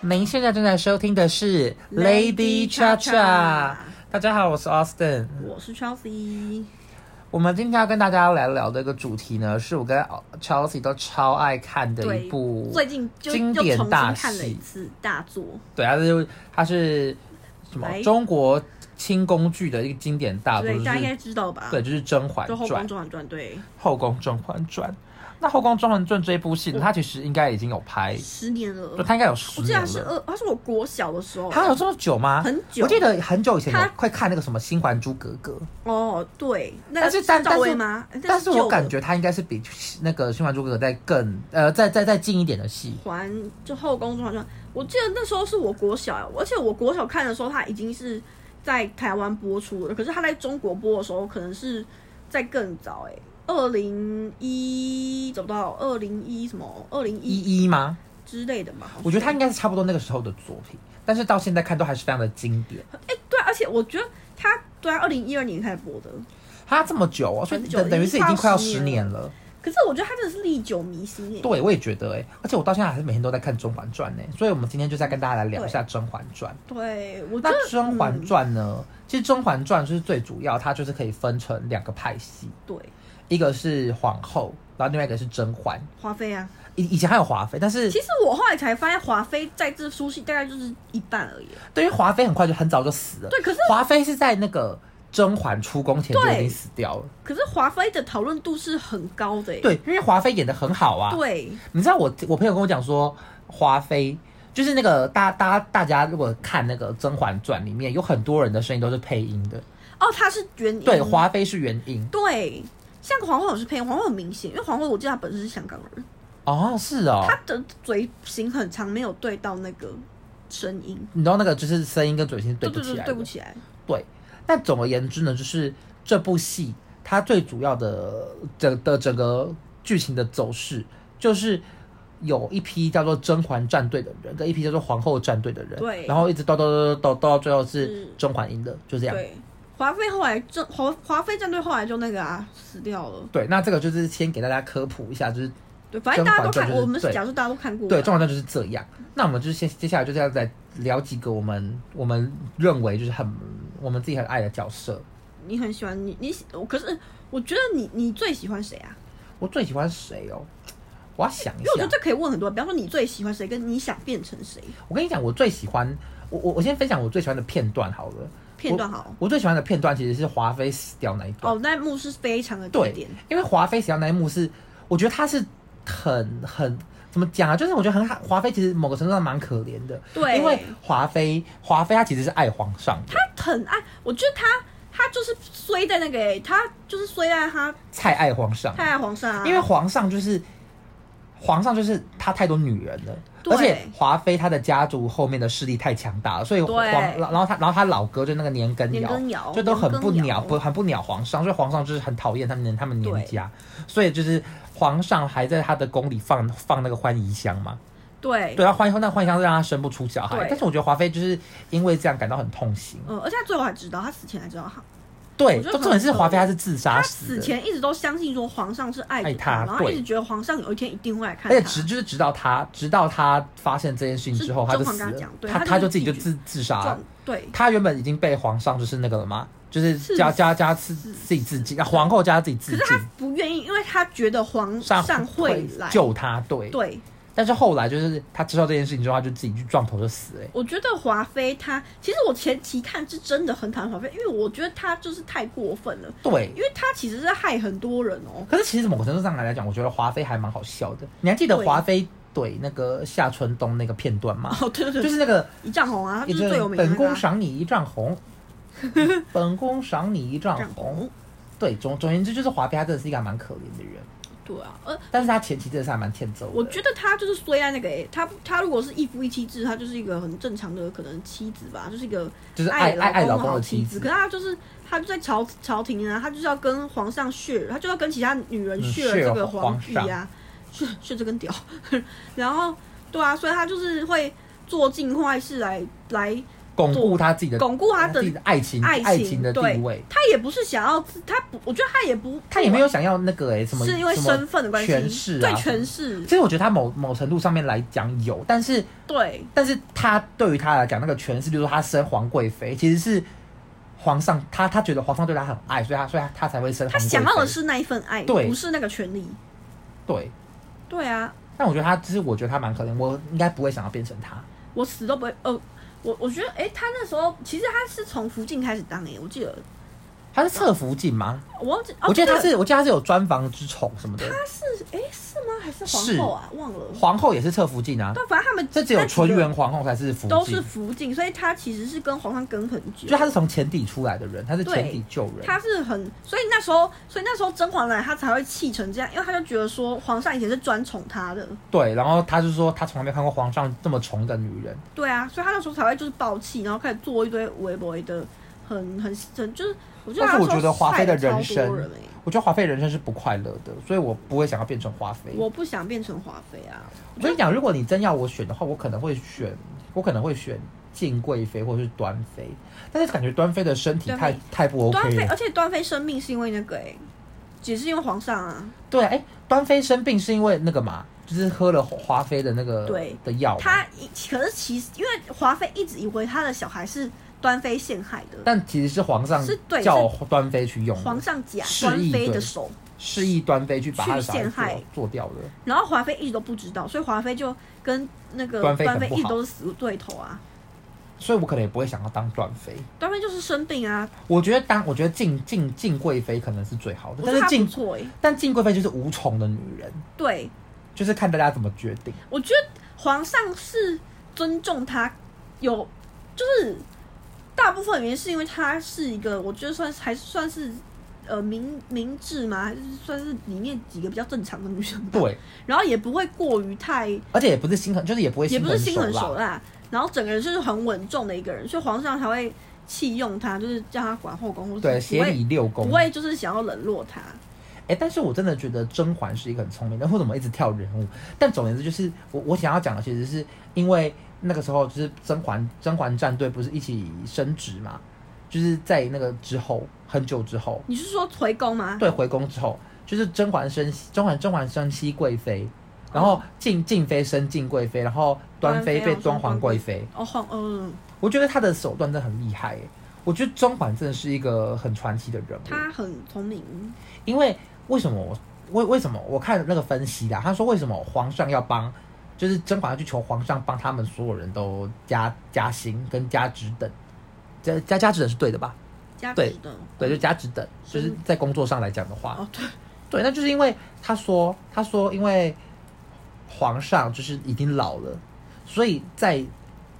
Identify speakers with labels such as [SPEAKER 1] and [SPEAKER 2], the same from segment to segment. [SPEAKER 1] 您现在正在收听的是 Lady Cha Cha。大家好，我是 Austin。
[SPEAKER 2] 我是 Chelsea，
[SPEAKER 1] 我们今天要跟大家来聊的一个主题呢，是我跟 Chelsea 都超爱看的一
[SPEAKER 2] 对
[SPEAKER 1] 部，
[SPEAKER 2] 最近就
[SPEAKER 1] 经
[SPEAKER 2] 又重
[SPEAKER 1] 典
[SPEAKER 2] 新
[SPEAKER 1] 大
[SPEAKER 2] 看了
[SPEAKER 1] 戏
[SPEAKER 2] 一次大作，
[SPEAKER 1] 对，它是它是什么
[SPEAKER 2] 来
[SPEAKER 1] 中国清宫剧的一个经典大作，
[SPEAKER 2] 哎对
[SPEAKER 1] 就
[SPEAKER 2] 大家应该
[SPEAKER 1] 啊是
[SPEAKER 2] 知道吧？
[SPEAKER 1] 对，，就是《甄嬛
[SPEAKER 2] 就《
[SPEAKER 1] 传
[SPEAKER 2] 后》宫甄嬛传》对，
[SPEAKER 1] 后宫《甄嬛传》。那《后宫甄嬛传》这一部戏呢，它其实应该已经有拍，
[SPEAKER 2] 十年
[SPEAKER 1] 就
[SPEAKER 2] 了，
[SPEAKER 1] 它应该有十
[SPEAKER 2] 我记得
[SPEAKER 1] 年
[SPEAKER 2] 它是
[SPEAKER 1] 了。
[SPEAKER 2] 二，它是我国小的时候，
[SPEAKER 1] 它有这么久吗？
[SPEAKER 2] 很久
[SPEAKER 1] 我记得很久以前
[SPEAKER 2] 它
[SPEAKER 1] 有会看那个什么《新还珠格格》。
[SPEAKER 2] 哦，对，那
[SPEAKER 1] 但
[SPEAKER 2] 个
[SPEAKER 1] 是但
[SPEAKER 2] 赵
[SPEAKER 1] 但
[SPEAKER 2] 薇
[SPEAKER 1] 是
[SPEAKER 2] 吗？
[SPEAKER 1] 但是
[SPEAKER 2] 旧
[SPEAKER 1] 我
[SPEAKER 2] 的
[SPEAKER 1] 感觉它应该是比那个《新还珠格格》再更呃，再再再近一点的戏。
[SPEAKER 2] 还就后宫甄嬛传，我记得那时候是我国小，而且我国小看的时候，它已经是在台湾播出了，可是它在中国播的时候，可能是在更早哎、二零一找不到二零一什么二零一
[SPEAKER 1] 一一吗？
[SPEAKER 2] 之类的嘛。好像
[SPEAKER 1] 我觉得它应该是差不多那个时候的作品，但是到现在看都还是非常的经典。
[SPEAKER 2] 对，啊而且我觉得它对啊，二零一二年开始播的，
[SPEAKER 1] 它这么久哦，所以
[SPEAKER 2] 很久
[SPEAKER 1] 等等于是已经快要十
[SPEAKER 2] 已经快要
[SPEAKER 1] 年
[SPEAKER 2] 十年
[SPEAKER 1] 了。
[SPEAKER 2] 可是我觉得它真的是历久弥新耶。
[SPEAKER 1] 对，我也觉得哎、而且我到现在还是每天都在看《甄嬛传》呢，所以我们今天就在跟大家来聊一下《甄嬛传》。
[SPEAKER 2] 对，我觉
[SPEAKER 1] 那
[SPEAKER 2] 得
[SPEAKER 1] 《甄嬛
[SPEAKER 2] 嗯
[SPEAKER 1] 传》呢？其实《甄嬛传》就是最主要，它就是可以分成两个派系，
[SPEAKER 2] 嗯对
[SPEAKER 1] 一个是皇后，然后另外一个是甄嬛。
[SPEAKER 2] 华妃啊，
[SPEAKER 1] 以以前还有华妃，但是
[SPEAKER 2] 其实我后来才发现华妃在这出戏大概就是一半而已。
[SPEAKER 1] 对于华妃很快就很早就死了。
[SPEAKER 2] 对，可是
[SPEAKER 1] 华妃是在那个甄嬛出宫前就已经死掉了。
[SPEAKER 2] 可是华妃的讨论度是很高的耶。
[SPEAKER 1] 对，因为华妃演的很好啊。
[SPEAKER 2] 对
[SPEAKER 1] 你知道我我朋友跟我讲说，华妃就是那个大大大家如果看那个《甄嬛传》里面，有很多人的声音都是配音的。
[SPEAKER 2] 哦，她是原因
[SPEAKER 1] 对，华妃是原音。
[SPEAKER 2] 对，像皇后也是配音，皇后很明显，因为皇后我记得她本身是香港人，
[SPEAKER 1] 哦，是哦。
[SPEAKER 2] 她的嘴型很长，没有对到那个声音，
[SPEAKER 1] 你知道那个就是声音跟嘴型是对不
[SPEAKER 2] 对
[SPEAKER 1] 起
[SPEAKER 2] 对
[SPEAKER 1] 来的。
[SPEAKER 2] 对不起来，
[SPEAKER 1] 对，但总而言之呢，就是这部戏它最主要的整的整个剧情的走势，就是有一批叫做甄嬛战队的人，跟一批叫做皇后战队的人，
[SPEAKER 2] 对
[SPEAKER 1] 然后一直斗斗斗斗斗斗到最后是
[SPEAKER 2] 是
[SPEAKER 1] 甄嬛赢的，就这样。
[SPEAKER 2] 对。华妃后来这华华妃战队后来就那个啊死掉了，
[SPEAKER 1] 对，那这个就是先给大家科普一下，就是
[SPEAKER 2] 对，反正大家都
[SPEAKER 1] 甄嬛传
[SPEAKER 2] 看，
[SPEAKER 1] 就是
[SPEAKER 2] 我们是
[SPEAKER 1] 对
[SPEAKER 2] 假设大家都看过，
[SPEAKER 1] 对《甄嬛传》就是这样。那我们就是先接下来就是要来聊几个我们我们认为就是很我们自己很爱的角色。
[SPEAKER 2] 你很喜欢你你喜，我可是我觉得你你最喜欢谁啊？
[SPEAKER 1] 我最喜欢谁哦？我要想一
[SPEAKER 2] 因为我觉
[SPEAKER 1] 下
[SPEAKER 2] 得。这可以问很多人，比方说你最喜欢谁，跟你想变成谁
[SPEAKER 1] 我跟你讲，我最喜欢我我我先分享我最喜欢的片段好了。
[SPEAKER 2] 片段好。
[SPEAKER 1] 我最喜欢的片段其实是华妃死掉那一段，
[SPEAKER 2] 哦，那一幕是非常的经
[SPEAKER 1] 对
[SPEAKER 2] 典，，
[SPEAKER 1] 因为华妃死掉那一幕是，我觉得她是很很怎么讲啊？就是我觉得很华妃其实某个程度上蛮可怜的，
[SPEAKER 2] 对
[SPEAKER 1] 因为华妃华妃她其实是爱皇上的，
[SPEAKER 2] 他很爱，我觉得他他就是衰在那个、欸，他就是衰在他
[SPEAKER 1] 太爱皇上了
[SPEAKER 2] 太，爱皇上啊，
[SPEAKER 1] 因为皇上就是皇上就是他太多女人了。
[SPEAKER 2] 对
[SPEAKER 1] 而且华妃她的家族后面的势力太强大了，所以皇
[SPEAKER 2] 对
[SPEAKER 1] 然后然后他然后他老哥就那个年羹
[SPEAKER 2] 年羹
[SPEAKER 1] 尧，
[SPEAKER 2] 尧
[SPEAKER 1] 就都很不
[SPEAKER 2] 年羹
[SPEAKER 1] 鸟
[SPEAKER 2] 尧
[SPEAKER 1] 不很不鸟皇上，所以皇上就是很讨厌他们他们
[SPEAKER 2] 对
[SPEAKER 1] 年家，所以就是皇上还在他的宫里放放那个欢宜香嘛，
[SPEAKER 2] 对，
[SPEAKER 1] 对啊欢那欢宜香让他生不出小孩
[SPEAKER 2] 对，
[SPEAKER 1] 但是我觉得华妃就是因为这样感到很痛心，
[SPEAKER 2] 嗯，而且他最后还知道，他死前还知道他，
[SPEAKER 1] 对，
[SPEAKER 2] 我觉
[SPEAKER 1] 就
[SPEAKER 2] 得
[SPEAKER 1] 重点是
[SPEAKER 2] 很
[SPEAKER 1] 华妃她是自杀
[SPEAKER 2] 他
[SPEAKER 1] 死
[SPEAKER 2] 死
[SPEAKER 1] 的，
[SPEAKER 2] 前一直都相信说皇上是爱着
[SPEAKER 1] 爱他
[SPEAKER 2] 然后
[SPEAKER 1] 对
[SPEAKER 2] 一直觉得皇上有一天一定会来看
[SPEAKER 1] 而且
[SPEAKER 2] 他，
[SPEAKER 1] 直就是直到他直到他发现这件事情之后，
[SPEAKER 2] 是
[SPEAKER 1] 他就
[SPEAKER 2] 甄
[SPEAKER 1] 死
[SPEAKER 2] 嬛跟他
[SPEAKER 1] 了
[SPEAKER 2] 讲，对
[SPEAKER 1] 他
[SPEAKER 2] 他
[SPEAKER 1] 他
[SPEAKER 2] 就
[SPEAKER 1] 就是自己就
[SPEAKER 2] 拒绝
[SPEAKER 1] 自自杀了
[SPEAKER 2] 撞。对
[SPEAKER 1] 他原本已经被皇上就是那个了嘛，就是
[SPEAKER 2] 是
[SPEAKER 1] 加加加自自己自尽，啊皇后加自己自
[SPEAKER 2] 可是他
[SPEAKER 1] 尽，
[SPEAKER 2] 不愿意，因为他觉得皇上会来，
[SPEAKER 1] 救他，对。
[SPEAKER 2] 对，
[SPEAKER 1] 但是后来就是他知道这件事情之后，他就自己去撞头就死了、欸
[SPEAKER 2] 我觉得华妃她，其实我前期看是真的很讨厌华妃，因为我觉得她就是太过分了，
[SPEAKER 1] 对
[SPEAKER 2] 因。为她其实是害很多人哦、
[SPEAKER 1] 可是其实某个程度上来讲，我觉得华妃还蛮好笑的。你还记得
[SPEAKER 2] 对
[SPEAKER 1] 华妃怼那个夏春冬那个片段吗？
[SPEAKER 2] 哦，对 对对，
[SPEAKER 1] 就是那个
[SPEAKER 2] 一丈红啊，他
[SPEAKER 1] 也
[SPEAKER 2] 就是最有名的、那
[SPEAKER 1] 本
[SPEAKER 2] 个
[SPEAKER 1] 宫
[SPEAKER 2] 啊。
[SPEAKER 1] 赏你一丈 红，本宫赏你一丈
[SPEAKER 2] 一丈
[SPEAKER 1] 红
[SPEAKER 2] 红。
[SPEAKER 1] 对，总总而言之，就是华妃她真的是一个还蛮可怜的人，
[SPEAKER 2] 对啊，呃，
[SPEAKER 1] 但是她前期真的是还蛮欠揍的。
[SPEAKER 2] 我觉得他就是衰在那个、欸，他他如果是一夫一妻制，他就是一个很正常的可能妻子吧，就是一个
[SPEAKER 1] 就是爱爱爱老
[SPEAKER 2] 老
[SPEAKER 1] 公的
[SPEAKER 2] 好
[SPEAKER 1] 妻
[SPEAKER 2] 子。
[SPEAKER 1] 子
[SPEAKER 2] 可是他就是他就在朝朝廷啊，他就是要跟皇上血，他就要跟其他女人
[SPEAKER 1] 嗯
[SPEAKER 2] 血
[SPEAKER 1] 血
[SPEAKER 2] 这个
[SPEAKER 1] 皇
[SPEAKER 2] 皇帝啊，血血这根屌。 然后对啊，所以他就是会做尽坏事来来
[SPEAKER 1] 巩固他自己的
[SPEAKER 2] 巩固他的
[SPEAKER 1] 自己的爱情
[SPEAKER 2] 爱情
[SPEAKER 1] 的地
[SPEAKER 2] 对
[SPEAKER 1] 位。
[SPEAKER 2] 他也不是想要自，他不，我觉得他也不，
[SPEAKER 1] 他也没有想要那个哎、什么，
[SPEAKER 2] 是因为
[SPEAKER 1] 什么
[SPEAKER 2] 身份的关系，
[SPEAKER 1] 权势啊
[SPEAKER 2] 对
[SPEAKER 1] 什么
[SPEAKER 2] 权势，
[SPEAKER 1] 其实我觉得他某某程度上面来讲有，但是
[SPEAKER 2] 对
[SPEAKER 1] 但是他对于他来讲，那个权势，比如说他生皇贵妃，其实是皇上他他觉得皇上对他很爱，所以他所以他他才会生
[SPEAKER 2] 他
[SPEAKER 1] 皇贵妃。
[SPEAKER 2] 想要的是那一份爱，
[SPEAKER 1] 对
[SPEAKER 2] 不是那个权利。
[SPEAKER 1] 对，
[SPEAKER 2] 对啊，
[SPEAKER 1] 但我觉得他，其实我觉得他蛮可怜，我应该不会想要变成他。
[SPEAKER 2] 我死都不会。呃，我我觉得，哎、他那时候其实他是从福晋开始当哎、我记得，
[SPEAKER 1] 他是侧福晋吗？
[SPEAKER 2] 我忘记，哦、
[SPEAKER 1] 我记得他
[SPEAKER 2] 对
[SPEAKER 1] 是，我记得他是有专房之宠什么的，
[SPEAKER 2] 他是哎、是吗？还是
[SPEAKER 1] 是
[SPEAKER 2] 皇后啊？忘了。
[SPEAKER 1] 皇后也是侧福晋啊，
[SPEAKER 2] 但反正他们
[SPEAKER 1] 这只有
[SPEAKER 2] 那几
[SPEAKER 1] 纯
[SPEAKER 2] 个
[SPEAKER 1] 元皇后才是福
[SPEAKER 2] 都
[SPEAKER 1] 晋
[SPEAKER 2] 是，福晋，所以他其实是跟皇上跟很久。
[SPEAKER 1] 就他是从前底出来的人，他是前底
[SPEAKER 2] 对
[SPEAKER 1] 救人。
[SPEAKER 2] 他是很，所以那时候，所以那时候甄嬛来，他才会气成这样，因为他就觉得说皇上以前是专宠他的，
[SPEAKER 1] 对，然后他就说他从来没看过皇上这么宠一个女人，
[SPEAKER 2] 对啊，所以他那时候才会就是暴气，然后开始做一堆微博的，很很很就是，我觉
[SPEAKER 1] 但
[SPEAKER 2] 得他
[SPEAKER 1] 是
[SPEAKER 2] 那
[SPEAKER 1] 我
[SPEAKER 2] 时候
[SPEAKER 1] 觉得华妃的
[SPEAKER 2] 害了
[SPEAKER 1] 人
[SPEAKER 2] 超多
[SPEAKER 1] 生
[SPEAKER 2] 人欸
[SPEAKER 1] 我觉得华妃人生是不快乐的，所以我不会想要变成华妃。
[SPEAKER 2] 我不想变成华妃啊，
[SPEAKER 1] 我跟你讲，如果你真要我选的话，我可能会选，我可能会选敬贵妃或者是端妃，但是感觉端妃的身体
[SPEAKER 2] 端
[SPEAKER 1] 太
[SPEAKER 2] 妃
[SPEAKER 1] 太不
[SPEAKER 2] 端
[SPEAKER 1] OK
[SPEAKER 2] 妃，而呃
[SPEAKER 1] 了。
[SPEAKER 2] 且端妃生病是因为那个哎、也是因为皇上啊，
[SPEAKER 1] 对，哎、端妃生病是因为那个嘛，就是喝了华妃的那个
[SPEAKER 2] 对
[SPEAKER 1] 的药嘛，
[SPEAKER 2] 他一可是其实因为华妃一直以为他的小孩是端妃陷害的，
[SPEAKER 1] 但其实是皇上
[SPEAKER 2] 是对
[SPEAKER 1] 叫端妃去用的，
[SPEAKER 2] 皇上假
[SPEAKER 1] 示哦
[SPEAKER 2] 端
[SPEAKER 1] 意
[SPEAKER 2] 妃的
[SPEAKER 1] 对
[SPEAKER 2] 手。
[SPEAKER 1] 示意端妃去把他的小
[SPEAKER 2] 去陷
[SPEAKER 1] 孩
[SPEAKER 2] 害
[SPEAKER 1] 做做掉的。
[SPEAKER 2] 然后华妃一直都不知道，所以华妃就跟那个
[SPEAKER 1] 端妃很
[SPEAKER 2] 端妃
[SPEAKER 1] 不
[SPEAKER 2] 一
[SPEAKER 1] 好
[SPEAKER 2] 直都是死对头啊。
[SPEAKER 1] 所以我可能也不会想要当端妃。
[SPEAKER 2] 端妃就是生病啊，
[SPEAKER 1] 我觉得当我觉得敬敬敬贵妃可能是最好的，
[SPEAKER 2] 我觉
[SPEAKER 1] 但
[SPEAKER 2] 得
[SPEAKER 1] 是
[SPEAKER 2] 她不
[SPEAKER 1] 敬
[SPEAKER 2] 错哎、
[SPEAKER 1] 但敬贵妃就是无宠的女人，
[SPEAKER 2] 对，
[SPEAKER 1] 就是看大家怎么决定。
[SPEAKER 2] 我觉得皇上是尊重她，有就是大部分原因是因为她是一个，我觉得算是还是算是呃明明智嘛，还是算是里面几个比较正常的女生吧。
[SPEAKER 1] 对，
[SPEAKER 2] 然后也不会过于太，
[SPEAKER 1] 而 且也不是心狠，就是也不会
[SPEAKER 2] 也
[SPEAKER 1] 心
[SPEAKER 2] 不
[SPEAKER 1] 狠
[SPEAKER 2] 是心
[SPEAKER 1] 手
[SPEAKER 2] 狠手
[SPEAKER 1] 辣。
[SPEAKER 2] 辣，然后整个人就是很稳重的一个人，所以皇上才会弃用她，就是叫她管后宫，或
[SPEAKER 1] 对，
[SPEAKER 2] 者
[SPEAKER 1] 协理六宫
[SPEAKER 2] 不。会就是想要冷落他。
[SPEAKER 1] 哎、但是我真的觉得甄嬛是一个很聪明的，或怎么一直跳人物。但总而言之，就是我我想要讲的，其实是因为那个时候就是甄嬛甄嬛战队不是一起升职嘛，就是在那个之后很久之后，
[SPEAKER 2] 你是说回宫吗？
[SPEAKER 1] 对，回宫之后，就是甄嬛升甄嬛甄嬛升熹贵妃，然后静静妃升静贵妃，然后端妃被哦端皇贵妃。
[SPEAKER 2] 哦，皇，嗯，
[SPEAKER 1] 我觉得她的手段真的很厉害耶，我觉得甄嬛真的是一个很传奇的人物。
[SPEAKER 2] 他很聪明，
[SPEAKER 1] 因为为什么我为为什么我看那个分析啦，他说为什么皇上要帮，就是甄嬛要去求皇上帮他们所有人都加加薪跟加职等，加加加职等是对的吧？
[SPEAKER 2] 家值
[SPEAKER 1] 对
[SPEAKER 2] 的，
[SPEAKER 1] 对，就加职等，就是在工作上来讲的话，
[SPEAKER 2] 嗯哦，对，
[SPEAKER 1] 对，那就是因为他说，他说因为皇上就是已经老了，所以在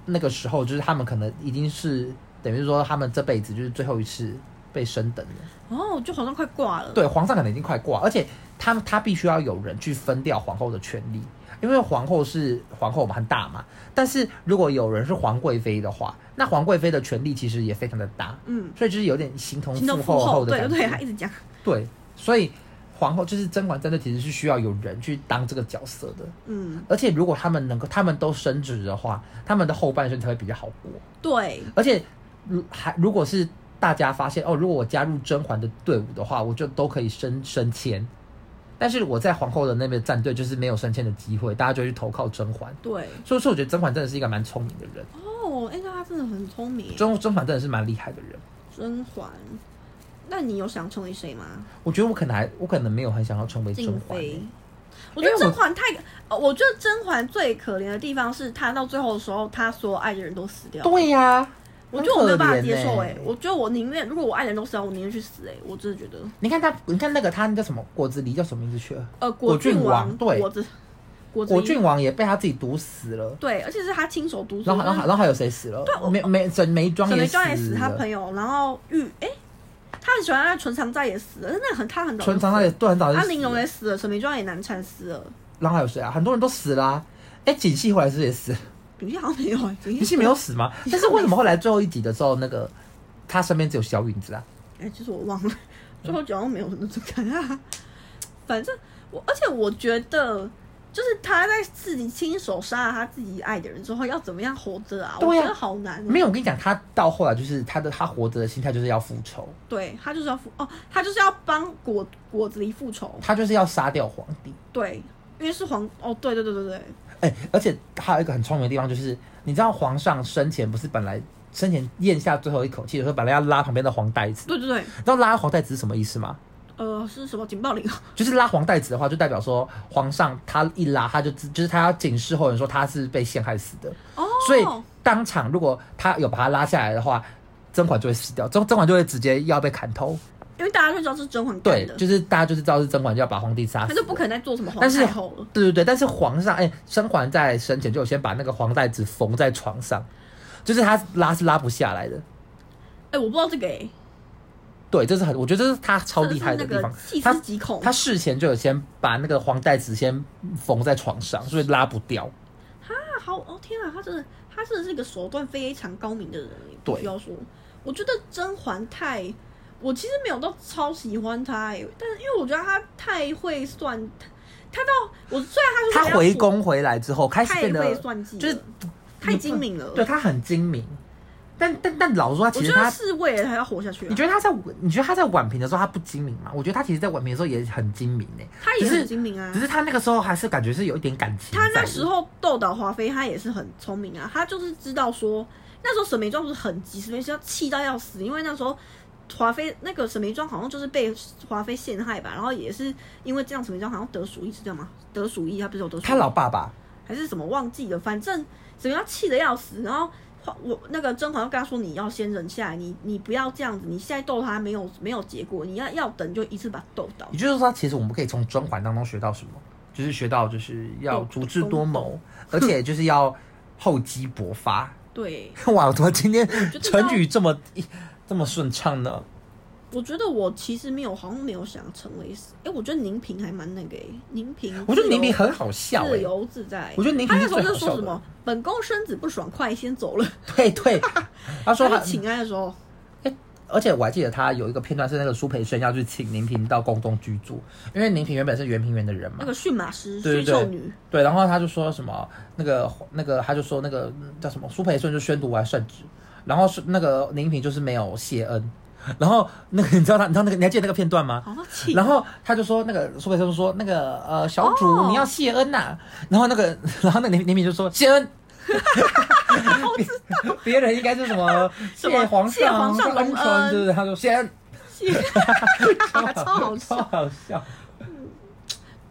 [SPEAKER 1] 那个时候，就是他们可能已经是等于说他们这辈子就是最后一次被升等了。
[SPEAKER 2] 哦，就好像快挂了，，
[SPEAKER 1] 对，皇上可能已经快挂，而且他他必须要有人去分掉皇后的权利，因为皇后是皇后嘛，很大嘛。但是如果有人是皇贵妃的话，那皇贵妃的权力其实也非常的大，
[SPEAKER 2] 嗯，
[SPEAKER 1] 所以就是有点形同
[SPEAKER 2] 行动
[SPEAKER 1] 父
[SPEAKER 2] 复
[SPEAKER 1] 后的
[SPEAKER 2] 对
[SPEAKER 1] 感
[SPEAKER 2] 对
[SPEAKER 1] 觉。
[SPEAKER 2] 对，他一直讲，
[SPEAKER 1] 对，所以皇后就是甄嬛战队，其实是需要有人去当这个角色的。
[SPEAKER 2] 嗯，
[SPEAKER 1] 而且如果他们能够，他们都升职的话，他们的后半生才会比较好过。
[SPEAKER 2] 对，
[SPEAKER 1] 而且如还如果是大家发现哦，如果我加入甄嬛的队伍的话，我就都可以升升迁。但是我在皇后的那边战队就是没有升迁的机会，大家就会去投靠甄嬛。
[SPEAKER 2] 对，
[SPEAKER 1] 所以说，我觉得甄嬛真的是一个蛮聪明的人，
[SPEAKER 2] 哦，哎，那他真的很聪明，
[SPEAKER 1] 甄甄嬛真的是蛮厉害的人。
[SPEAKER 2] 甄嬛。那你有想成为谁吗？
[SPEAKER 1] 我觉得我可能还我可能没有很想要成为甄
[SPEAKER 2] 静
[SPEAKER 1] 嬛欸、
[SPEAKER 2] 妃。我
[SPEAKER 1] 因
[SPEAKER 2] 觉
[SPEAKER 1] 为
[SPEAKER 2] 得
[SPEAKER 1] 我
[SPEAKER 2] 甄嬛太，呃我觉得甄嬛最可怜的地方是她到最后的时候，她所有爱的人都死掉了。
[SPEAKER 1] 对呀、
[SPEAKER 2] 我觉得我没有办法接受
[SPEAKER 1] 很可
[SPEAKER 2] 哎、
[SPEAKER 1] 怜欸
[SPEAKER 2] 我觉得我宁愿如果我爱人都死了，我宁愿去死哎、我真的觉得。
[SPEAKER 1] 你看他，你看那个他那叫什么果子狸叫什么名字去了？
[SPEAKER 2] 呃，
[SPEAKER 1] 果郡
[SPEAKER 2] 郡
[SPEAKER 1] 王对
[SPEAKER 2] 果子果子
[SPEAKER 1] 果
[SPEAKER 2] 狸
[SPEAKER 1] 郡王也被他自己毒死了，
[SPEAKER 2] 对，而且是他亲手毒死，
[SPEAKER 1] 然后然后然后还有谁死了？
[SPEAKER 2] 我
[SPEAKER 1] 梅梅沈眉庄
[SPEAKER 2] 沈眉庄
[SPEAKER 1] 庄
[SPEAKER 2] 也死，他朋
[SPEAKER 1] 友
[SPEAKER 2] 友，然后玉哎、他很喜欢那个纯常在也死了，那个很他很早就
[SPEAKER 1] 纯常他也
[SPEAKER 2] 死
[SPEAKER 1] 对很早
[SPEAKER 2] 了，
[SPEAKER 1] 就
[SPEAKER 2] 他
[SPEAKER 1] 死
[SPEAKER 2] 玲珑
[SPEAKER 1] 了
[SPEAKER 2] 也死了，沈眉庄也难产死了，
[SPEAKER 1] 然后还有谁啊？很多人都死了、啊。哎，锦汐后来是不是也死了？
[SPEAKER 2] 比利好像没 有、欸，
[SPEAKER 1] 锦汐没有死吗？但是为什么后来最后一集的时候，那个他身边只有小允子啊？
[SPEAKER 2] 哎、其实我忘
[SPEAKER 1] 嗯
[SPEAKER 2] 了， 最后好像没有那种感啊。反正我，而且我觉得就是他在自己亲手杀了他自己爱的人之后，要怎么样活着啊？
[SPEAKER 1] 对啊
[SPEAKER 2] 我觉得好难、哦。
[SPEAKER 1] 没有，我跟你讲，他到后来就是他的他活着的心态就是要复仇，
[SPEAKER 2] 对他就是要复哦，他就是要帮果果子狸复仇。
[SPEAKER 1] 他就是要杀掉皇帝。
[SPEAKER 2] 对，因为是皇哦，对对对对对，
[SPEAKER 1] 哎、而且还有一个很聪明的地方就是，你知道皇上生前不是本来生前咽下最后一口气的时候，本来要拉旁边的黄带子，
[SPEAKER 2] 对对对，
[SPEAKER 1] 你知道拉黄带子是什么意思吗？
[SPEAKER 2] 呃，是什么警报铃？
[SPEAKER 1] 就是拉黄带子的话，就代表说皇上他一拉，他就知就是他要警示后人说他是被陷害死的，
[SPEAKER 2] 哦，
[SPEAKER 1] 所以当场如果他有把他拉下来的话，甄嬛就会死掉，甄甄嬛就会直接要被砍头。
[SPEAKER 2] 因为大家就知道是甄嬛干
[SPEAKER 1] 对
[SPEAKER 2] 的，，
[SPEAKER 1] 就是大家就是知道是甄嬛就要把皇帝杀死
[SPEAKER 2] 他
[SPEAKER 1] 了，
[SPEAKER 2] 就不可能再做什么皇
[SPEAKER 1] 但是
[SPEAKER 2] 太后了。
[SPEAKER 1] 对对对，但是皇上，哎、甄嬛在生前就有先把那个黄带子缝在床上，就是她拉是拉不下来的。
[SPEAKER 2] 哎、我不知道这个哎、
[SPEAKER 1] 对，这是很，我觉得这是她超厉害的
[SPEAKER 2] 这
[SPEAKER 1] 地
[SPEAKER 2] 是那
[SPEAKER 1] 方
[SPEAKER 2] 个。细
[SPEAKER 1] 她
[SPEAKER 2] 思极恐。
[SPEAKER 1] 她事前就有先把那个黄带子先缝在床上，所以拉不掉。
[SPEAKER 2] 啊，好哦，天啊，他真的，他真的是一个手段非常高明的人，
[SPEAKER 1] 对
[SPEAKER 2] 不需要说。我觉得甄嬛太，我其实没有到超喜欢她、欸，但是因为我觉得她太会算，她到我虽然她
[SPEAKER 1] 她
[SPEAKER 2] 说
[SPEAKER 1] 回宫回来之后，开始
[SPEAKER 2] 太
[SPEAKER 1] 变
[SPEAKER 2] 会
[SPEAKER 1] 得
[SPEAKER 2] 算计了，
[SPEAKER 1] 就是
[SPEAKER 2] 太精明了。
[SPEAKER 1] 对，她很精明，但但但老实说，她其
[SPEAKER 2] 我觉
[SPEAKER 1] 实
[SPEAKER 2] 得
[SPEAKER 1] 她，
[SPEAKER 2] 是为了她要活下去、
[SPEAKER 1] 你
[SPEAKER 2] 啊，
[SPEAKER 1] 觉得她在你觉得她在宛平的时候她不精明吗？我觉得她其实，在宛平的时候也很精明诶、
[SPEAKER 2] 她也很精明啊
[SPEAKER 1] 只。是她那个时候还是感觉是有一点感情在
[SPEAKER 2] 她
[SPEAKER 1] 的。
[SPEAKER 2] 那时候斗倒华妃，她也是很聪明啊。她就是知道说，那时候沈眉庄不是很急，沈眉庄气到要死，因为那时候华妃那个沈眉庄好像就是被华妃陷害吧，然后也是因为这样，沈眉庄好像得鼠疫是这样吗？得鼠疫，她不是有得鼠疫？
[SPEAKER 1] 她老爸爸
[SPEAKER 2] 还是什么忘记了，反正沈眉庄气得要死，然后。华我那个甄嬛就跟她说：“你要先忍下来，你你不要这样子，你现在斗她没有没有结果，你要要等就一次把她斗倒。”
[SPEAKER 1] 也就是说，其实我们可以从甄嬛当中学到什么？就是学到就是要足智多谋，而且就是要厚积薄发。
[SPEAKER 2] 对，
[SPEAKER 1] 哇，怎么今天
[SPEAKER 2] 就知道
[SPEAKER 1] 成语这么这么顺畅呢？
[SPEAKER 2] 我觉得我其实没有，好像没有想成为谁。哎、我觉得宁平还蛮那个诶、宁平，
[SPEAKER 1] 我觉得宁平很好笑哎、
[SPEAKER 2] 自由自在。
[SPEAKER 1] 我觉得宁平
[SPEAKER 2] 他那
[SPEAKER 1] 是
[SPEAKER 2] 时候
[SPEAKER 1] 最
[SPEAKER 2] 就
[SPEAKER 1] 好
[SPEAKER 2] 说
[SPEAKER 1] 笑
[SPEAKER 2] 什
[SPEAKER 1] 的
[SPEAKER 2] 么“本宫身子不爽，快先走了
[SPEAKER 1] 对 对，他”。说
[SPEAKER 2] 他
[SPEAKER 1] 他
[SPEAKER 2] 去，请安的时候，
[SPEAKER 1] 哎而且我还记得他有一个片段是那个苏培盛要去请宁嫔到宫中居住，因为宁嫔原本是圆平园的人嘛
[SPEAKER 2] 那，个驯马师、
[SPEAKER 1] 对对
[SPEAKER 2] 驯
[SPEAKER 1] 对
[SPEAKER 2] 兽女，
[SPEAKER 1] 对，然后他就说什么那个呃那个，他就说那个嗯叫什么苏培盛就宣读完啊圣旨，然后是那个宁嫔就是没有谢恩，然后那个你知道他你知道那个你还记得那个片段吗？
[SPEAKER 2] 好像气。
[SPEAKER 1] 然后他就说那个苏培盛就说那个呃小主、
[SPEAKER 2] 哦
[SPEAKER 1] 你要谢恩呐、然后那个然后那个宁宁嫔就说谢 恩。 别人应该是什么
[SPEAKER 2] 什么
[SPEAKER 1] 谢皇
[SPEAKER 2] 谢
[SPEAKER 1] 上
[SPEAKER 2] 皇上
[SPEAKER 1] 恩
[SPEAKER 2] 隆
[SPEAKER 1] 宠，
[SPEAKER 2] 恩
[SPEAKER 1] 对不对？他说谢恩，
[SPEAKER 2] 气啊超
[SPEAKER 1] 超
[SPEAKER 2] 好笑。
[SPEAKER 1] 好笑。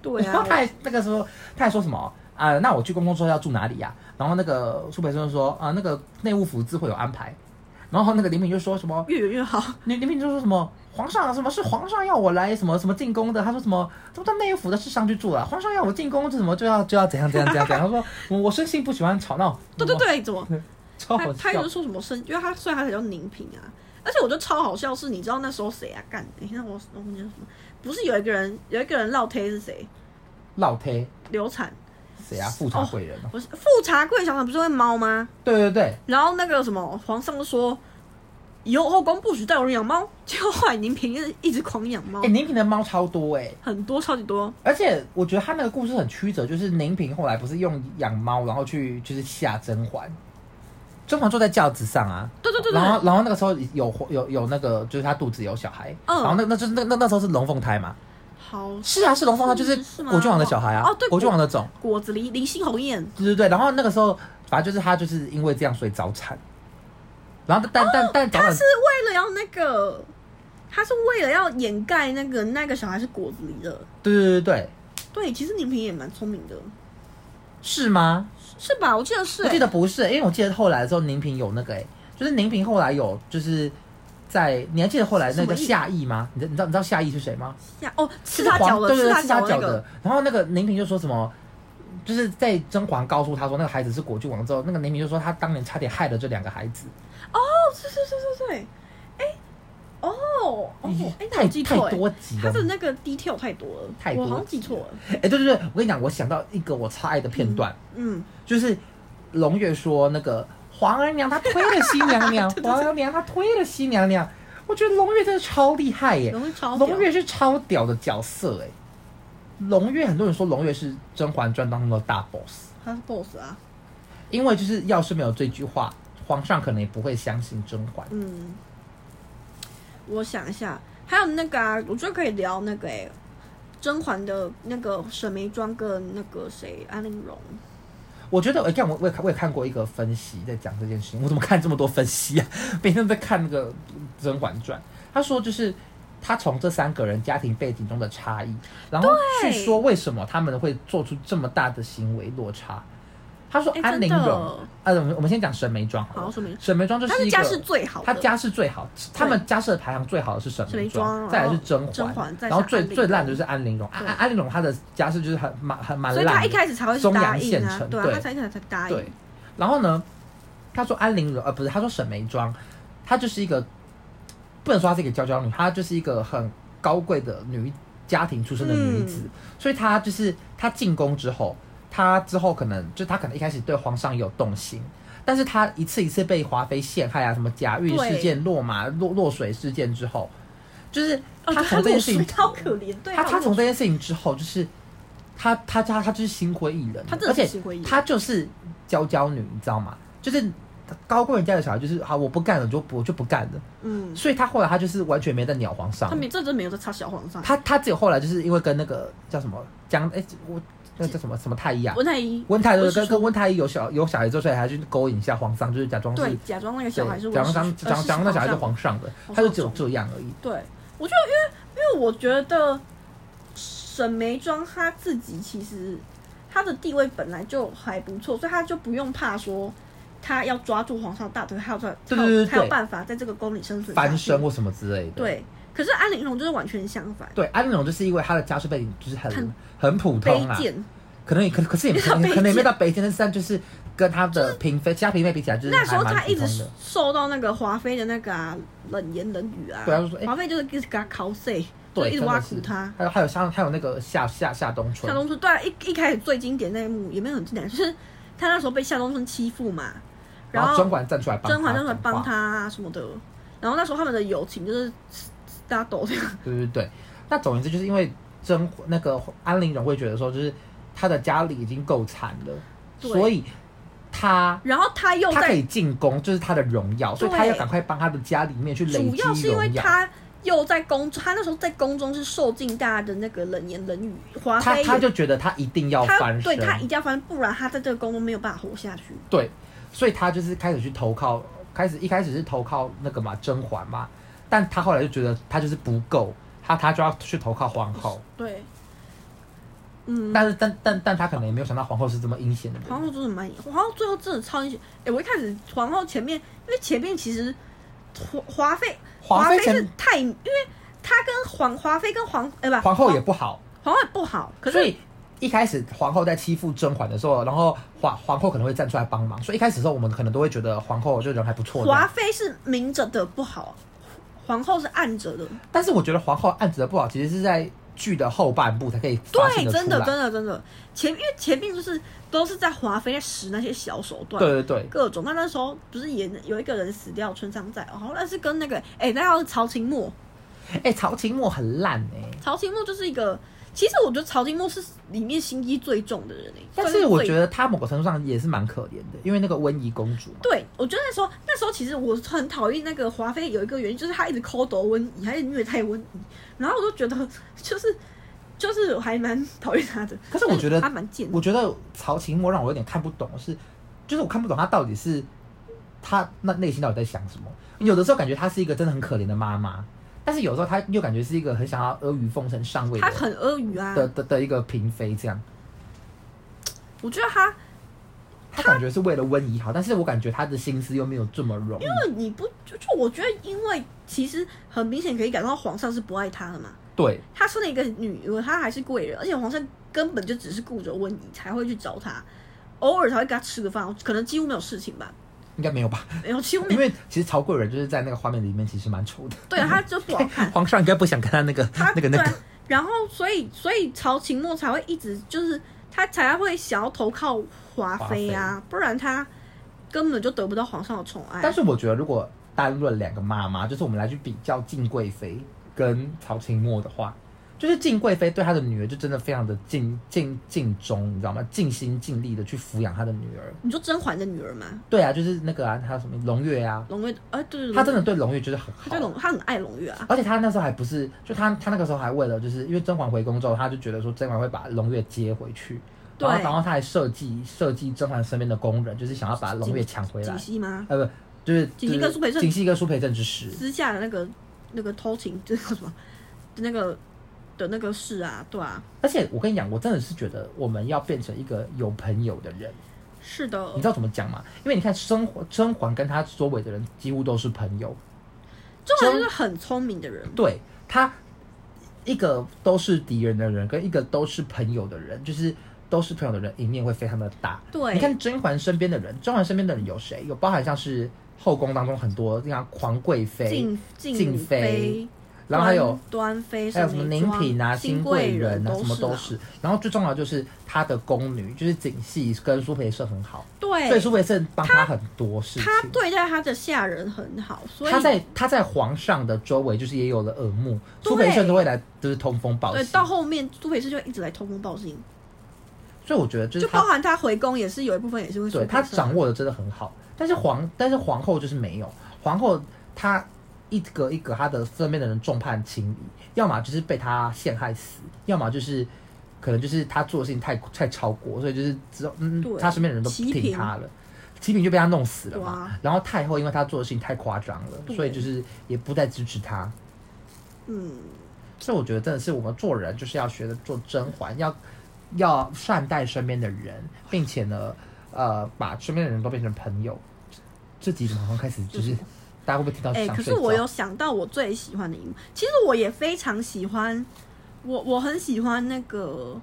[SPEAKER 2] 对
[SPEAKER 1] 然后
[SPEAKER 2] 啊，
[SPEAKER 1] 他还那个时候他还说什么啊、那我去公公说要住哪里呀、啊然后那个苏培盛就说啊、那个内务府自会有安排。然后那个林敏就说什么
[SPEAKER 2] 越远越好。
[SPEAKER 1] 林林敏就说什么皇上啊什么是皇上要我来什么什么进宫的，他说什么都到内务府的事上去住了，皇上要我进宫就什么就要就要怎样怎样怎样怎样。他说我我生性不喜欢吵闹，
[SPEAKER 2] 对对对，怎么？
[SPEAKER 1] 超
[SPEAKER 2] 他
[SPEAKER 1] 好
[SPEAKER 2] 他
[SPEAKER 1] 笑
[SPEAKER 2] 一直。说什么生，因为他虽然他才叫宁嫔啊，而且我觉得超好笑是，你知道那时候谁啊？干，等一下我我们叫什么？不是有一个人有一个人烙贴是谁？
[SPEAKER 1] 老推
[SPEAKER 2] 流产。
[SPEAKER 1] 谁啊？富察贵人哦，
[SPEAKER 2] 不是富察贵小姐不是会猫吗？
[SPEAKER 1] 对对对，
[SPEAKER 2] 然后那个什么皇上就说，以后后宫不许再有人养猫，结果后来宁嫔一直一直狂养猫
[SPEAKER 1] 哎、，宁嫔的猫超多哎、
[SPEAKER 2] 很多超级多。
[SPEAKER 1] 而且我觉得他那个故事很曲折，就是宁嫔后来不是用养猫，然后去就是吓甄嬛，甄嬛坐在轿子上啊，
[SPEAKER 2] 对对对对
[SPEAKER 1] 然后然后那个时候有有有那个就是她肚子有小孩，
[SPEAKER 2] 嗯
[SPEAKER 1] 然后那那就是那那那时候是龙凤胎嘛，
[SPEAKER 2] 好，
[SPEAKER 1] 是啊是龙凤胎，就是是
[SPEAKER 2] 吗
[SPEAKER 1] 果郡王的小孩啊，
[SPEAKER 2] 哦对
[SPEAKER 1] 果郡王的种，
[SPEAKER 2] 果子狸林心鸿雁，
[SPEAKER 1] 对对对，然后那个时候反正就是她就是因为这样所以早产，然后但、但但早
[SPEAKER 2] 他
[SPEAKER 1] 产
[SPEAKER 2] 是为了要那个，他是为了要掩盖那个那个小孩是果子狸的。
[SPEAKER 1] 对对对对
[SPEAKER 2] 对，其实宁嫔也蛮聪明的，
[SPEAKER 1] 是吗？
[SPEAKER 2] 是吧？我记得是、哎
[SPEAKER 1] 我记得不是、因为我记得后来的时候，宁嫔有那个哎、就是宁嫔后来有就是在，你还记得后来那个
[SPEAKER 2] 什么意
[SPEAKER 1] 夏意吗？你知道你知道夏意是谁吗？
[SPEAKER 2] 下哦，吃
[SPEAKER 1] 就是
[SPEAKER 2] 他
[SPEAKER 1] 皇
[SPEAKER 2] 脚的，
[SPEAKER 1] 对对，
[SPEAKER 2] 他
[SPEAKER 1] 吃他
[SPEAKER 2] 的那
[SPEAKER 1] 脚
[SPEAKER 2] 个
[SPEAKER 1] 的。。然后那个宁嫔就说什么，就是在甄嬛告诉他说那个孩子是果郡王之后，那个宁嫔就说他当年差点害了这两个孩子，
[SPEAKER 2] 哦，对对对对对，哎、哦哦，哎、那
[SPEAKER 1] 太
[SPEAKER 2] 我记
[SPEAKER 1] 太
[SPEAKER 2] 错、哎
[SPEAKER 1] 多集
[SPEAKER 2] 他
[SPEAKER 1] 了。
[SPEAKER 2] 的那个 detail 太多了，
[SPEAKER 1] 太多
[SPEAKER 2] 我好像记错了。
[SPEAKER 1] 哎、对对对，我跟你讲，我想到一个我超爱的片段，
[SPEAKER 2] 嗯，
[SPEAKER 1] 就是胧月说那个皇额娘她推了新娘 娘，皇额娘她推了新娘娘，我觉得胧月真的超厉害耶、
[SPEAKER 2] 容易超
[SPEAKER 1] 龙
[SPEAKER 2] 表。
[SPEAKER 1] 月是超屌的角色哎、龙月，很多人说龙月是《甄嬛传》当中的大 boss，
[SPEAKER 2] 他是 boss 啊，
[SPEAKER 1] 因为就是要是没有这句话，皇上可能也不会相信甄嬛。
[SPEAKER 2] 嗯，我想一下，还有那个啊，我觉得可以聊那个哎、甄嬛的那个沈眉庄跟那个谁安陵容，
[SPEAKER 1] 我觉得，哎，看我我也看我也看过一个分析在讲这件事情，我怎么看这么多分析啊？ 每天都在看那个《甄嬛传》，他说就是他从这三个人家庭背景中的差异，然后去
[SPEAKER 2] 对
[SPEAKER 1] 说为什么他们会做出这么大的行为落差。他说
[SPEAKER 2] 哎
[SPEAKER 1] 哦安陵
[SPEAKER 2] 真的
[SPEAKER 1] 容，呃，我们我们先讲沈眉庄好了
[SPEAKER 2] 好，说明
[SPEAKER 1] 沈眉庄就
[SPEAKER 2] 她
[SPEAKER 1] 是
[SPEAKER 2] 的
[SPEAKER 1] 一
[SPEAKER 2] 家
[SPEAKER 1] 个
[SPEAKER 2] 世最好的，
[SPEAKER 1] 他家世最好，他们家世的排行最好的是沈
[SPEAKER 2] 沈眉
[SPEAKER 1] 庄，
[SPEAKER 2] 庄
[SPEAKER 1] 再来是
[SPEAKER 2] 然后
[SPEAKER 1] 甄嬛，
[SPEAKER 2] 甄嬛再
[SPEAKER 1] 然后
[SPEAKER 2] 是
[SPEAKER 1] 最
[SPEAKER 2] 安陵
[SPEAKER 1] 最烂的
[SPEAKER 2] 容
[SPEAKER 1] 就是安陵容。安
[SPEAKER 2] 对
[SPEAKER 1] 安安陵容她的家世就是很蛮很蛮
[SPEAKER 2] 所
[SPEAKER 1] 烂
[SPEAKER 2] 以
[SPEAKER 1] 的，
[SPEAKER 2] 她一开始才会
[SPEAKER 1] 松
[SPEAKER 2] 答
[SPEAKER 1] 阳
[SPEAKER 2] 应
[SPEAKER 1] 县
[SPEAKER 2] 啊
[SPEAKER 1] 城，
[SPEAKER 2] 对啊，
[SPEAKER 1] 对
[SPEAKER 2] 她才一开始才答
[SPEAKER 1] 对
[SPEAKER 2] 应，。
[SPEAKER 1] 然后呢，他说安陵容，呃，不是，他说沈眉庄，她就是一个不能说她是一个娇娇女，她就是一个很高贵的女家庭出身的女子，
[SPEAKER 2] 嗯
[SPEAKER 1] 所以她就是她进宫之后，她之后可能就她可能一开始对皇上有动心。但是她一次一次被华妃陷害啊，什么贾玉
[SPEAKER 2] 对
[SPEAKER 1] 事件、落马落落水事件之后，就是她
[SPEAKER 2] 哦，对她
[SPEAKER 1] 从这件
[SPEAKER 2] 落
[SPEAKER 1] 事
[SPEAKER 2] 水，
[SPEAKER 1] 情，
[SPEAKER 2] 她好可怜，对啊，
[SPEAKER 1] 她她
[SPEAKER 2] 她
[SPEAKER 1] 从这件事情之后，就是她她她她就是心灰意冷，
[SPEAKER 2] 她真
[SPEAKER 1] 而
[SPEAKER 2] 的是
[SPEAKER 1] 且
[SPEAKER 2] 心灰意冷
[SPEAKER 1] 她就是娇娇女，你知道吗？就是高贵人家的小孩，就是好，我不干了，我就不我就不干了。
[SPEAKER 2] 嗯，
[SPEAKER 1] 所以她后来她就是完全没在鸟皇上
[SPEAKER 2] 她，没这真没有在插小皇上，
[SPEAKER 1] 她她只有后来就是因为跟那个叫什么江哎、我那叫什么什么太医啊。
[SPEAKER 2] 文太医
[SPEAKER 1] 温太医
[SPEAKER 2] 温实
[SPEAKER 1] 跟
[SPEAKER 2] 初
[SPEAKER 1] 跟温太医有小有小孩之后，所以还去勾引一下皇上，就是假装是
[SPEAKER 2] 对假装那个小孩是
[SPEAKER 1] 对
[SPEAKER 2] 温
[SPEAKER 1] 假
[SPEAKER 2] 实
[SPEAKER 1] 装
[SPEAKER 2] 初
[SPEAKER 1] 当假装
[SPEAKER 2] 呃是
[SPEAKER 1] 假装那小孩是
[SPEAKER 2] 皇上哦
[SPEAKER 1] 皇上的，
[SPEAKER 2] 皇
[SPEAKER 1] 他就
[SPEAKER 2] 上
[SPEAKER 1] 只有
[SPEAKER 2] 宠
[SPEAKER 1] 这样而已。
[SPEAKER 2] 对，我觉得因为因为我觉得呃沈眉庄她自己其实她的地位本来就还不错，所以她就不用怕说她要抓住皇上大腿，还有在
[SPEAKER 1] 对
[SPEAKER 2] 她有
[SPEAKER 1] 对对
[SPEAKER 2] 她有
[SPEAKER 1] 对
[SPEAKER 2] 办法在这个宫里生存下
[SPEAKER 1] 翻
[SPEAKER 2] 去
[SPEAKER 1] 身或什么之类的。
[SPEAKER 2] 对，可是安陵容就是完全相反，
[SPEAKER 1] 对，安陵容就是因为她的家世背景就是很
[SPEAKER 2] 很
[SPEAKER 1] 很普
[SPEAKER 2] 卑
[SPEAKER 1] 通啊，
[SPEAKER 2] 贱。
[SPEAKER 1] 可能也可可是也 没
[SPEAKER 2] 比较卑
[SPEAKER 1] 可能也没
[SPEAKER 2] 贱
[SPEAKER 1] 到北京，但是但就是跟她的嫔妃、其他嫔妃比起来，就是
[SPEAKER 2] 那时
[SPEAKER 1] 还
[SPEAKER 2] 候
[SPEAKER 1] 蛮
[SPEAKER 2] 她
[SPEAKER 1] 普
[SPEAKER 2] 一直
[SPEAKER 1] 通的
[SPEAKER 2] 受到那个华妃的那个、啊、冷言冷语啊，
[SPEAKER 1] 对她就说哎
[SPEAKER 2] 华妃就是一直给她 cos，就
[SPEAKER 1] 对，
[SPEAKER 2] 一直
[SPEAKER 1] 真的
[SPEAKER 2] 挖
[SPEAKER 1] 是
[SPEAKER 2] 苦她。
[SPEAKER 1] 还有还有像还有那个夏夏夏冬春
[SPEAKER 2] 夏，冬春对、啊，一一开始最经典那一幕也没有很经典，就是他那时候被夏冬春欺负嘛，然
[SPEAKER 1] 然后
[SPEAKER 2] 后
[SPEAKER 1] 甄嬛站出来帮
[SPEAKER 2] 甄嬛就来
[SPEAKER 1] 讲
[SPEAKER 2] 帮
[SPEAKER 1] 话
[SPEAKER 2] 他啊什么的，然后那时候他们的友情就是大家斗这样，
[SPEAKER 1] 对对对。那总而言之，就是因为甄那个安陵容会觉得说，就是她的家里已经够惨了，
[SPEAKER 2] 对
[SPEAKER 1] 所以她。
[SPEAKER 2] 然后他又
[SPEAKER 1] 她可
[SPEAKER 2] 在
[SPEAKER 1] 以进宫，就是她的荣耀，所以她
[SPEAKER 2] 对
[SPEAKER 1] 要赶快帮她的家里面去累积荣
[SPEAKER 2] 主
[SPEAKER 1] 耀。
[SPEAKER 2] 要是因为他又在宫，他那时候在宫中是受尽大家的那个冷言冷语，华
[SPEAKER 1] 他
[SPEAKER 2] 妃
[SPEAKER 1] 他
[SPEAKER 2] 也
[SPEAKER 1] 就觉得他一定要
[SPEAKER 2] 他
[SPEAKER 1] 翻身，
[SPEAKER 2] 对他一定要翻，不然他在这个宫中没有办法活下去。
[SPEAKER 1] 对所以他就是开始去投靠，开始一开始是投靠那个嘛甄嬛嘛，但他后来就觉得他就是不够，他他就要去投靠皇后，
[SPEAKER 2] 对，嗯，哦
[SPEAKER 1] 但是但但但他可能也没有想到皇后是这么阴险的人，
[SPEAKER 2] 皇后真的蛮，皇后最后真的超英雄。哎、我一开始皇后前面，因为前面其实华华妃，
[SPEAKER 1] 华妃
[SPEAKER 2] 妃
[SPEAKER 1] 前
[SPEAKER 2] 是太，因为她跟皇华妃跟皇，哎、不，
[SPEAKER 1] 皇后也不好，
[SPEAKER 2] 皇后也不好，可
[SPEAKER 1] 所
[SPEAKER 2] 是
[SPEAKER 1] 以。一开始皇后在欺负甄嬛的时候，然后皇皇后可能会站出来帮忙，所以一开始的时候我们可能都会觉得皇后就人还不错这样。
[SPEAKER 2] 华妃是明着的不好，皇后是暗着的。
[SPEAKER 1] 但是我觉得皇后案子的不好，其实是在剧的后半部才可以发现
[SPEAKER 2] 对，
[SPEAKER 1] 得
[SPEAKER 2] 真
[SPEAKER 1] 出
[SPEAKER 2] 的
[SPEAKER 1] 来
[SPEAKER 2] 真的真的，前因为前面就是都是在华妃在使那些小手段，
[SPEAKER 1] 对对对，
[SPEAKER 2] 各种。那那时候不是也有一个人死掉，春香在，哦，好像是跟那个哎、那要是曹琴墨，
[SPEAKER 1] 哎、曹琴墨很烂哎、
[SPEAKER 2] 曹琴墨就是一个，其实我觉得曹琴墨是里面心机最重的人、欸、
[SPEAKER 1] 但是我觉
[SPEAKER 2] 得，
[SPEAKER 1] 得她某个程度上也是蛮可怜的，因为那个温宜公主嘛，
[SPEAKER 2] 对我觉得那时候那时候其实我很讨厌那个华妃，有一个原因就是她一直抠抖温仪，她一直虐待温仪，然后我就觉得 就是就是我还蛮讨厌她的。
[SPEAKER 1] 可是我觉得
[SPEAKER 2] 她蛮贱的
[SPEAKER 1] 我，觉得曹琴墨让我有点看不懂的是，就是我看不懂她到底是她那内心到底在想什么。有的时候感觉她是一个真的很可怜的妈妈，但是有时候她又感觉是一个很想要阿谀奉承上位的
[SPEAKER 2] 她很阿谀啊，
[SPEAKER 1] 的的的一个嫔妃这样。
[SPEAKER 2] 我觉得她。
[SPEAKER 1] 她感觉是为了温宜好，但是我感觉她的心思又没有这么容易。
[SPEAKER 2] 那你不就就我觉得，因为其实很明显可以感到皇上是不爱她的嘛。
[SPEAKER 1] 对，
[SPEAKER 2] 她生了一个女儿，她还是贵人，而且皇上根本就只是顾着温仪才会去找她，偶尔才会跟她吃个饭，可能几乎没有事情吧，
[SPEAKER 1] 应该没有吧？
[SPEAKER 2] 没有几乎没
[SPEAKER 1] 因
[SPEAKER 2] 有。
[SPEAKER 1] 为其实曹贵人就是在那个画面里面其实蛮丑的，
[SPEAKER 2] 对啊，她就不好看。
[SPEAKER 1] 皇上应该不想看他那个
[SPEAKER 2] 她
[SPEAKER 1] 那个
[SPEAKER 2] 对
[SPEAKER 1] 那个
[SPEAKER 2] 啊。，然后所以所以曹琴墨才会一直就是他才会想要投靠华妃啊，不然他根本就得不到皇上的宠爱。
[SPEAKER 1] 但是我觉得，如果单论两个妈妈，就是我们来去比较敬贵妃跟曹琴墨的话，就是敬贵妃对她的女儿就真的非常的 尽尽尽忠，你知道吗？尽心尽力的去抚养她的女儿。
[SPEAKER 2] 你说甄嬛的女儿吗？
[SPEAKER 1] 对啊，就是那个啊，还有什么胧月啊，
[SPEAKER 2] 胧月，哎、对对对，
[SPEAKER 1] 她真的对胧月就是很
[SPEAKER 2] 她
[SPEAKER 1] 好
[SPEAKER 2] 对。胧，她很爱胧月啊。
[SPEAKER 1] 而且她那时候还不是，就她她那个时候还为了，就是因为甄嬛回宫之后，她就觉得说甄嬛会把胧月接回去，然后
[SPEAKER 2] 对
[SPEAKER 1] 然后她还设计设计甄嬛身边的工人，就是想要把胧月抢回来
[SPEAKER 2] 锦。汐吗？
[SPEAKER 1] 呃，不，就是
[SPEAKER 2] 锦汐跟苏培盛
[SPEAKER 1] 锦汐跟苏培盛之事。
[SPEAKER 2] 私下的那个那个偷情，这叫什么？的那个的那个事啊，对啊，
[SPEAKER 1] 而且我跟你讲，我真的是觉得我们要变成一个有朋友的人，
[SPEAKER 2] 是的
[SPEAKER 1] 你。知道怎么讲吗？因为你看甄嬛，甄嬛跟她周围的人几乎都是朋友，
[SPEAKER 2] 甄嬛就是很聪明的人，
[SPEAKER 1] 对她一个都是敌人的人，跟一个都是朋友的人，就是都是朋友的人，赢面会非常的大。
[SPEAKER 2] 对
[SPEAKER 1] 你看甄嬛身边的人，甄嬛身边的人有谁？有包含像是后宫当中很多，像皇贵妃，
[SPEAKER 2] 静
[SPEAKER 1] 静
[SPEAKER 2] 静
[SPEAKER 1] 妃
[SPEAKER 2] 妃，
[SPEAKER 1] 然后还有
[SPEAKER 2] 端端妃，
[SPEAKER 1] 还有什么
[SPEAKER 2] 沈
[SPEAKER 1] 宁
[SPEAKER 2] 眉庄
[SPEAKER 1] 嫔啊、
[SPEAKER 2] 新
[SPEAKER 1] 新贵人啊，什么都
[SPEAKER 2] 都啊。
[SPEAKER 1] 是。然后最重要就是她的宫女，就是景系跟苏培盛很好，所以
[SPEAKER 2] 对，
[SPEAKER 1] 苏培盛帮她很多事情。
[SPEAKER 2] 哎他对待他的下人很好，所以
[SPEAKER 1] 他在他在皇上的周围就是也有了耳目，
[SPEAKER 2] 对
[SPEAKER 1] 苏培盛都会来就是通风报
[SPEAKER 2] 对
[SPEAKER 1] 信，
[SPEAKER 2] 到后面苏培盛就一直来通风报信，
[SPEAKER 1] 所以我觉得就是
[SPEAKER 2] 就包
[SPEAKER 1] 他
[SPEAKER 2] 含他回宫也是有一部分也是会苏
[SPEAKER 1] 对
[SPEAKER 2] 培
[SPEAKER 1] 他
[SPEAKER 2] 盛
[SPEAKER 1] 掌握的真的很好，但是皇但是皇后就是没有皇后她一个一个她的身边的人众叛亲离，要么就是被他陷害死，要么就是可能就是他做的事情太太超过，所以就是之后嗯
[SPEAKER 2] 对
[SPEAKER 1] 他身边的人都
[SPEAKER 2] 齐
[SPEAKER 1] 挺
[SPEAKER 2] 嫔
[SPEAKER 1] 他了。齐嫔就被他弄死了
[SPEAKER 2] 对
[SPEAKER 1] 嘛
[SPEAKER 2] 啊，
[SPEAKER 1] 然后太后因为他做的事情太夸张了，
[SPEAKER 2] 对
[SPEAKER 1] 所以就是也不再支持他。
[SPEAKER 2] 嗯，
[SPEAKER 1] 所以我觉得真的是我们做人就是要学着做甄嬛，要要善待身边的人，并且呢，呃，把身边的人都变成朋友。这集怎么好像开始就是大家会不会听到
[SPEAKER 2] 哎、
[SPEAKER 1] 想
[SPEAKER 2] 可
[SPEAKER 1] 睡
[SPEAKER 2] 是
[SPEAKER 1] 觉？
[SPEAKER 2] 我有想到我最喜欢的一幕，其实我也非常喜欢，我我很喜欢那个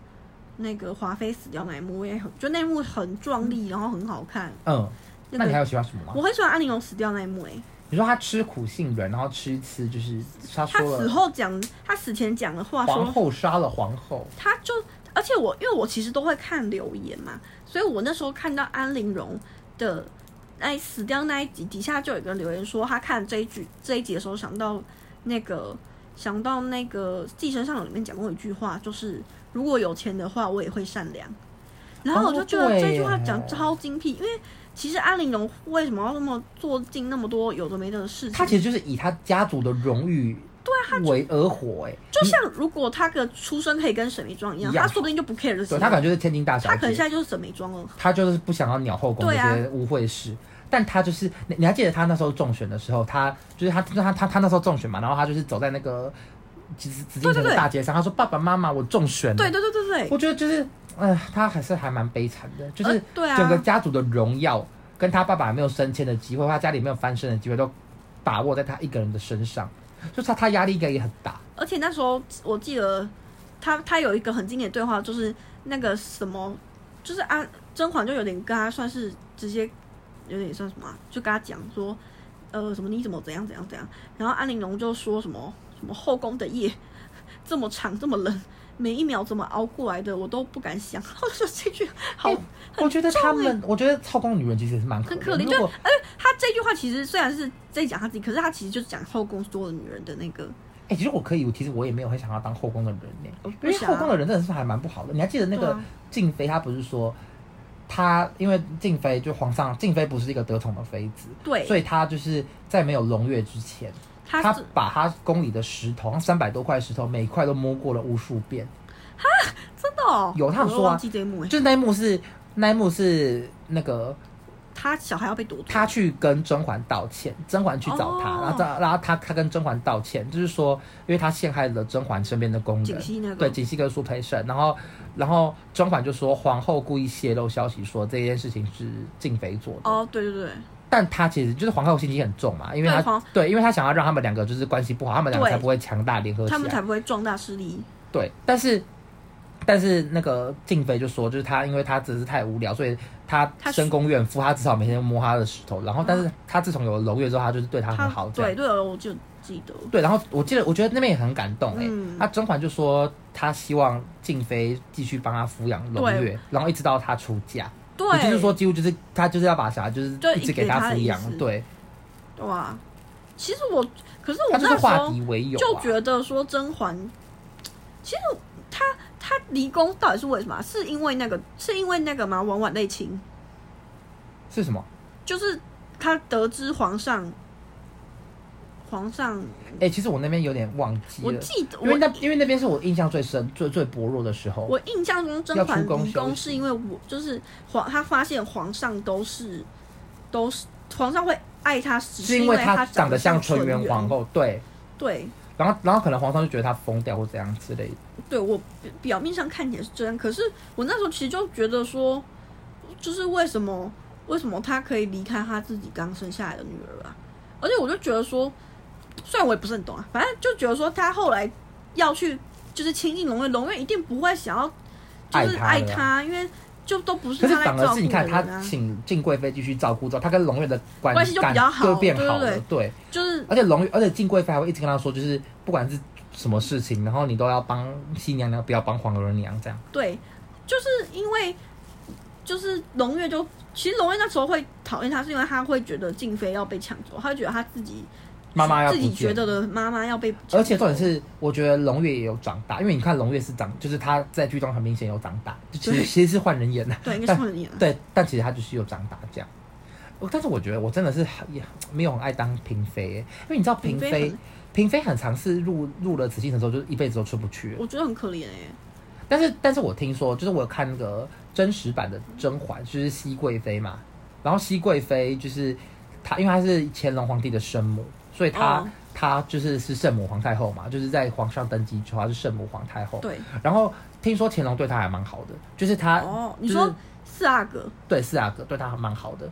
[SPEAKER 2] 那个华妃死掉那一幕，我也很就那一幕很壮丽，然后很好看。
[SPEAKER 1] 嗯，
[SPEAKER 2] 那
[SPEAKER 1] 那你还有
[SPEAKER 2] 个
[SPEAKER 1] 喜欢什么吗？
[SPEAKER 2] 我很喜欢安陵容死掉那一幕、哎，
[SPEAKER 1] 你说他吃苦杏仁，然后吃一次就是他
[SPEAKER 2] 她
[SPEAKER 1] 说
[SPEAKER 2] 死
[SPEAKER 1] 了
[SPEAKER 2] 后讲，她死前讲的话
[SPEAKER 1] 皇
[SPEAKER 2] 说，
[SPEAKER 1] 后杀了皇后，
[SPEAKER 2] 她就，而且我因为我其实都会看留言嘛，所以我那时候看到安陵容的那死掉那一集底下就有一个人留言说，他看这一句这一集的时候想到那个想到那个《寄生上流》里面讲过一句话，就是如果有钱的话，我也会善良。然后我就觉
[SPEAKER 1] 哦
[SPEAKER 2] 得
[SPEAKER 1] 对
[SPEAKER 2] 这句话讲
[SPEAKER 1] 耶
[SPEAKER 2] 超精辟，因为其实安陵容为什么要那么做尽那么多有的没的事情？
[SPEAKER 1] 他其实就是以他家族的荣誉为而活、哎，
[SPEAKER 2] 啊就像如果他的出身可以跟沈眉庄一样，
[SPEAKER 1] 一样
[SPEAKER 2] 他说不定就不 care 这些
[SPEAKER 1] 对。他感觉就是天津大小
[SPEAKER 2] 他
[SPEAKER 1] 姐，
[SPEAKER 2] 可能现在就是沈眉庄了。
[SPEAKER 1] 他就是不想要鸟后宫这
[SPEAKER 2] 对啊
[SPEAKER 1] 些污秽事。但他就是，你你还记得他那时候中选的时候，他就是他他他他那时候中选嘛，然后他就是走在那个紫紫禁城
[SPEAKER 2] 对对
[SPEAKER 1] 的
[SPEAKER 2] 对
[SPEAKER 1] 大街上，他说爸爸妈妈我中选了。
[SPEAKER 2] 对对对对对，
[SPEAKER 1] 我觉得就是，呃，他还是还蛮悲惨的，就是
[SPEAKER 2] 呃对啊
[SPEAKER 1] 整个家族的荣耀跟他爸爸没有升迁的机会，或他家里没有翻身的机会，都把握在他一个人的身上，就他他压力应该也很大。
[SPEAKER 2] 而且那时候我记得他他有一个很经典的对话，就是那个什么，就是安甄嬛就有点跟他算是直接有点算什么啊、就跟他讲说，呃，什么你怎么怎样怎样怎样，然后安陵容就说什么什么后宫的夜这么长这么冷。每一秒怎么熬过来的，我都不敢想。 然后就这句好
[SPEAKER 1] 哎我觉得他们，我觉得后宫女人其实也是蛮可
[SPEAKER 2] 很
[SPEAKER 1] 怜
[SPEAKER 2] 可
[SPEAKER 1] 的。
[SPEAKER 2] 怜，
[SPEAKER 1] 如
[SPEAKER 2] 就
[SPEAKER 1] 果
[SPEAKER 2] 而且他这句话其实虽然是在讲他自己，可是他其实就是讲后宫所有的女人的那个，
[SPEAKER 1] 哎、其实我可以，其实我也没有很想要当后宫的人呢、
[SPEAKER 2] 我
[SPEAKER 1] 因
[SPEAKER 2] 不
[SPEAKER 1] 为
[SPEAKER 2] 想
[SPEAKER 1] 后
[SPEAKER 2] 啊
[SPEAKER 1] 宫的人真的是还蛮不好的。你还记得那
[SPEAKER 2] 对
[SPEAKER 1] 个
[SPEAKER 2] 啊
[SPEAKER 1] 静妃，她不是说她因为静妃就皇上，静妃不是一个得宠的妃子，
[SPEAKER 2] 对
[SPEAKER 1] 所以她就是在没有胧月之前，
[SPEAKER 2] 他
[SPEAKER 1] 她
[SPEAKER 2] 是
[SPEAKER 1] 把她宫里的石头，三百多块石头，每一块都摸过了无数遍。
[SPEAKER 2] 真的哦，
[SPEAKER 1] 有他有
[SPEAKER 2] 我都
[SPEAKER 1] 说啊
[SPEAKER 2] 忘记这一幕哎，
[SPEAKER 1] 就是那一幕是那一幕是那个
[SPEAKER 2] 他小孩要被夺走，
[SPEAKER 1] 他去跟甄嬛道歉，甄嬛去找他，
[SPEAKER 2] 哦
[SPEAKER 1] 然后他然后他他跟甄嬛道歉，就是说，因为他陷害了甄嬛身边的宫
[SPEAKER 2] 锦
[SPEAKER 1] 人，
[SPEAKER 2] 溪那个
[SPEAKER 1] 对锦溪跟苏培盛，然后然后甄嬛就说皇后故意泄露消息说这件事情是静妃做的，
[SPEAKER 2] 哦，对对对
[SPEAKER 1] 但他其实就是皇后心机很重嘛，因为
[SPEAKER 2] 对
[SPEAKER 1] 他
[SPEAKER 2] 皇
[SPEAKER 1] 对因为他想要让他们两个就是关系不好，他们两个
[SPEAKER 2] 对
[SPEAKER 1] 才不会强大联合
[SPEAKER 2] 对，
[SPEAKER 1] 起
[SPEAKER 2] 他们才
[SPEAKER 1] 来，
[SPEAKER 2] 不会壮大势力，
[SPEAKER 1] 对，但是。但是那个静妃就说，就是她，因为她只是太无聊，所以她
[SPEAKER 2] 她
[SPEAKER 1] 深宫怨妇，她至少每天摸她的石头。然后，但是她自从有了胧月之后，她就是对她
[SPEAKER 2] 他
[SPEAKER 1] 很好，这样
[SPEAKER 2] 对对，我就记得，
[SPEAKER 1] 对，然后我记得，我觉得那边也很感动哎、
[SPEAKER 2] 嗯
[SPEAKER 1] 那、甄嬛就说她希望静妃继续帮她抚养胧月，然后一直到她出嫁，
[SPEAKER 2] 对，
[SPEAKER 1] 也就是说几乎就是她就是要把小孩就是
[SPEAKER 2] 就
[SPEAKER 1] 一直给
[SPEAKER 2] 给她
[SPEAKER 1] 她
[SPEAKER 2] 的
[SPEAKER 1] 抚
[SPEAKER 2] 意
[SPEAKER 1] 养
[SPEAKER 2] 思，
[SPEAKER 1] 对，
[SPEAKER 2] 哇，其实我，可是
[SPEAKER 1] 她
[SPEAKER 2] 我
[SPEAKER 1] 就
[SPEAKER 2] 那
[SPEAKER 1] 是
[SPEAKER 2] 时
[SPEAKER 1] 化
[SPEAKER 2] 候
[SPEAKER 1] 敌为友、啊，
[SPEAKER 2] 就觉得说甄嬛。其实他他离宫到底是为什么啊？是因为那个是因为那个吗？王婉内亲，
[SPEAKER 1] 是什么？
[SPEAKER 2] 就是他得知皇上，皇上，
[SPEAKER 1] 哎、其实我那边有点忘记
[SPEAKER 2] 我
[SPEAKER 1] 了，
[SPEAKER 2] 记得
[SPEAKER 1] 因为
[SPEAKER 2] 我
[SPEAKER 1] 那因为那边是我印象最深、最最薄弱的时候。
[SPEAKER 2] 我印象中甄
[SPEAKER 1] 要
[SPEAKER 2] 嬛
[SPEAKER 1] 出宫
[SPEAKER 2] 离
[SPEAKER 1] 休
[SPEAKER 2] 宫
[SPEAKER 1] 息
[SPEAKER 2] 是因为我就是皇，他发现皇上都是都是皇上会爱他，只
[SPEAKER 1] 是因
[SPEAKER 2] 因
[SPEAKER 1] 为
[SPEAKER 2] 他
[SPEAKER 1] 她长得像
[SPEAKER 2] 纯
[SPEAKER 1] 纯元皇。后，对，
[SPEAKER 2] 对
[SPEAKER 1] 然后然后可能皇上就觉得她疯掉或怎样之类的。
[SPEAKER 2] 对，我表面上看起来是这样，可是我那时候其实就觉得说，就是为什么为什么他可以离开他自己刚生下来的女儿啊？而且我就觉得说，虽然我也不是很懂啊，反正就觉得说他后来要去就是亲近龙月，龙月一定不会想要就是爱
[SPEAKER 1] 爱他的
[SPEAKER 2] 他，因为就都不是
[SPEAKER 1] 可是
[SPEAKER 2] 他在
[SPEAKER 1] 反
[SPEAKER 2] 照
[SPEAKER 1] 而
[SPEAKER 2] 顾
[SPEAKER 1] 是你看
[SPEAKER 2] 人
[SPEAKER 1] 她
[SPEAKER 2] 啊，
[SPEAKER 1] 请敬贵妃继续照顾之后，她跟龙月的关
[SPEAKER 2] 关系就比
[SPEAKER 1] 感
[SPEAKER 2] 较好
[SPEAKER 1] 就变
[SPEAKER 2] 对
[SPEAKER 1] 好
[SPEAKER 2] 对
[SPEAKER 1] 了，对。
[SPEAKER 2] 就是
[SPEAKER 1] 而且龙月，而且敬贵妃还会一直跟她说，就是不管是什么事情，然后你都要帮新娘娘，不要帮皇额娘这样。
[SPEAKER 2] 对，就是因为就是龙月就其实龙月那时候会讨厌他，是因为他会觉得静妃要被抢走，他会觉得他自己。
[SPEAKER 1] 妈妈要
[SPEAKER 2] 自
[SPEAKER 1] 不
[SPEAKER 2] 己觉
[SPEAKER 1] 见
[SPEAKER 2] 得的妈妈要被，
[SPEAKER 1] 而且重点是，我觉得龙月也有长大，因为你看龙月是长，就是她在剧中很明显有长大，就其
[SPEAKER 2] 对
[SPEAKER 1] 实其实是换人演的，
[SPEAKER 2] 对，应该
[SPEAKER 1] 但
[SPEAKER 2] 是你了。
[SPEAKER 1] 对，但其实她就是有长大这样。我但是我觉得我真的是很也没有很爱当嫔妃耶，因为你知道嫔
[SPEAKER 2] 嫔妃
[SPEAKER 1] 妃
[SPEAKER 2] 很，
[SPEAKER 1] 嫔妃很常是入入了紫禁城之后，就是一辈子都出不去了。
[SPEAKER 2] 我觉得很可怜哎、
[SPEAKER 1] 但是但是我听说，就是我有看那个真实版的甄嬛，就是熹贵妃嘛。然后熹贵妃就是她，因为她是乾隆皇帝的生母，所以她、
[SPEAKER 2] 哦
[SPEAKER 1] 她就是是圣母皇太后嘛，就是在皇上登基之后，她是圣母皇太后。。
[SPEAKER 2] 对，
[SPEAKER 1] 然后听说乾隆对她还蛮好的，就是她
[SPEAKER 2] 哦，你
[SPEAKER 1] 啊就是
[SPEAKER 2] 说四阿哥，
[SPEAKER 1] 对四阿哥对她还蛮好的，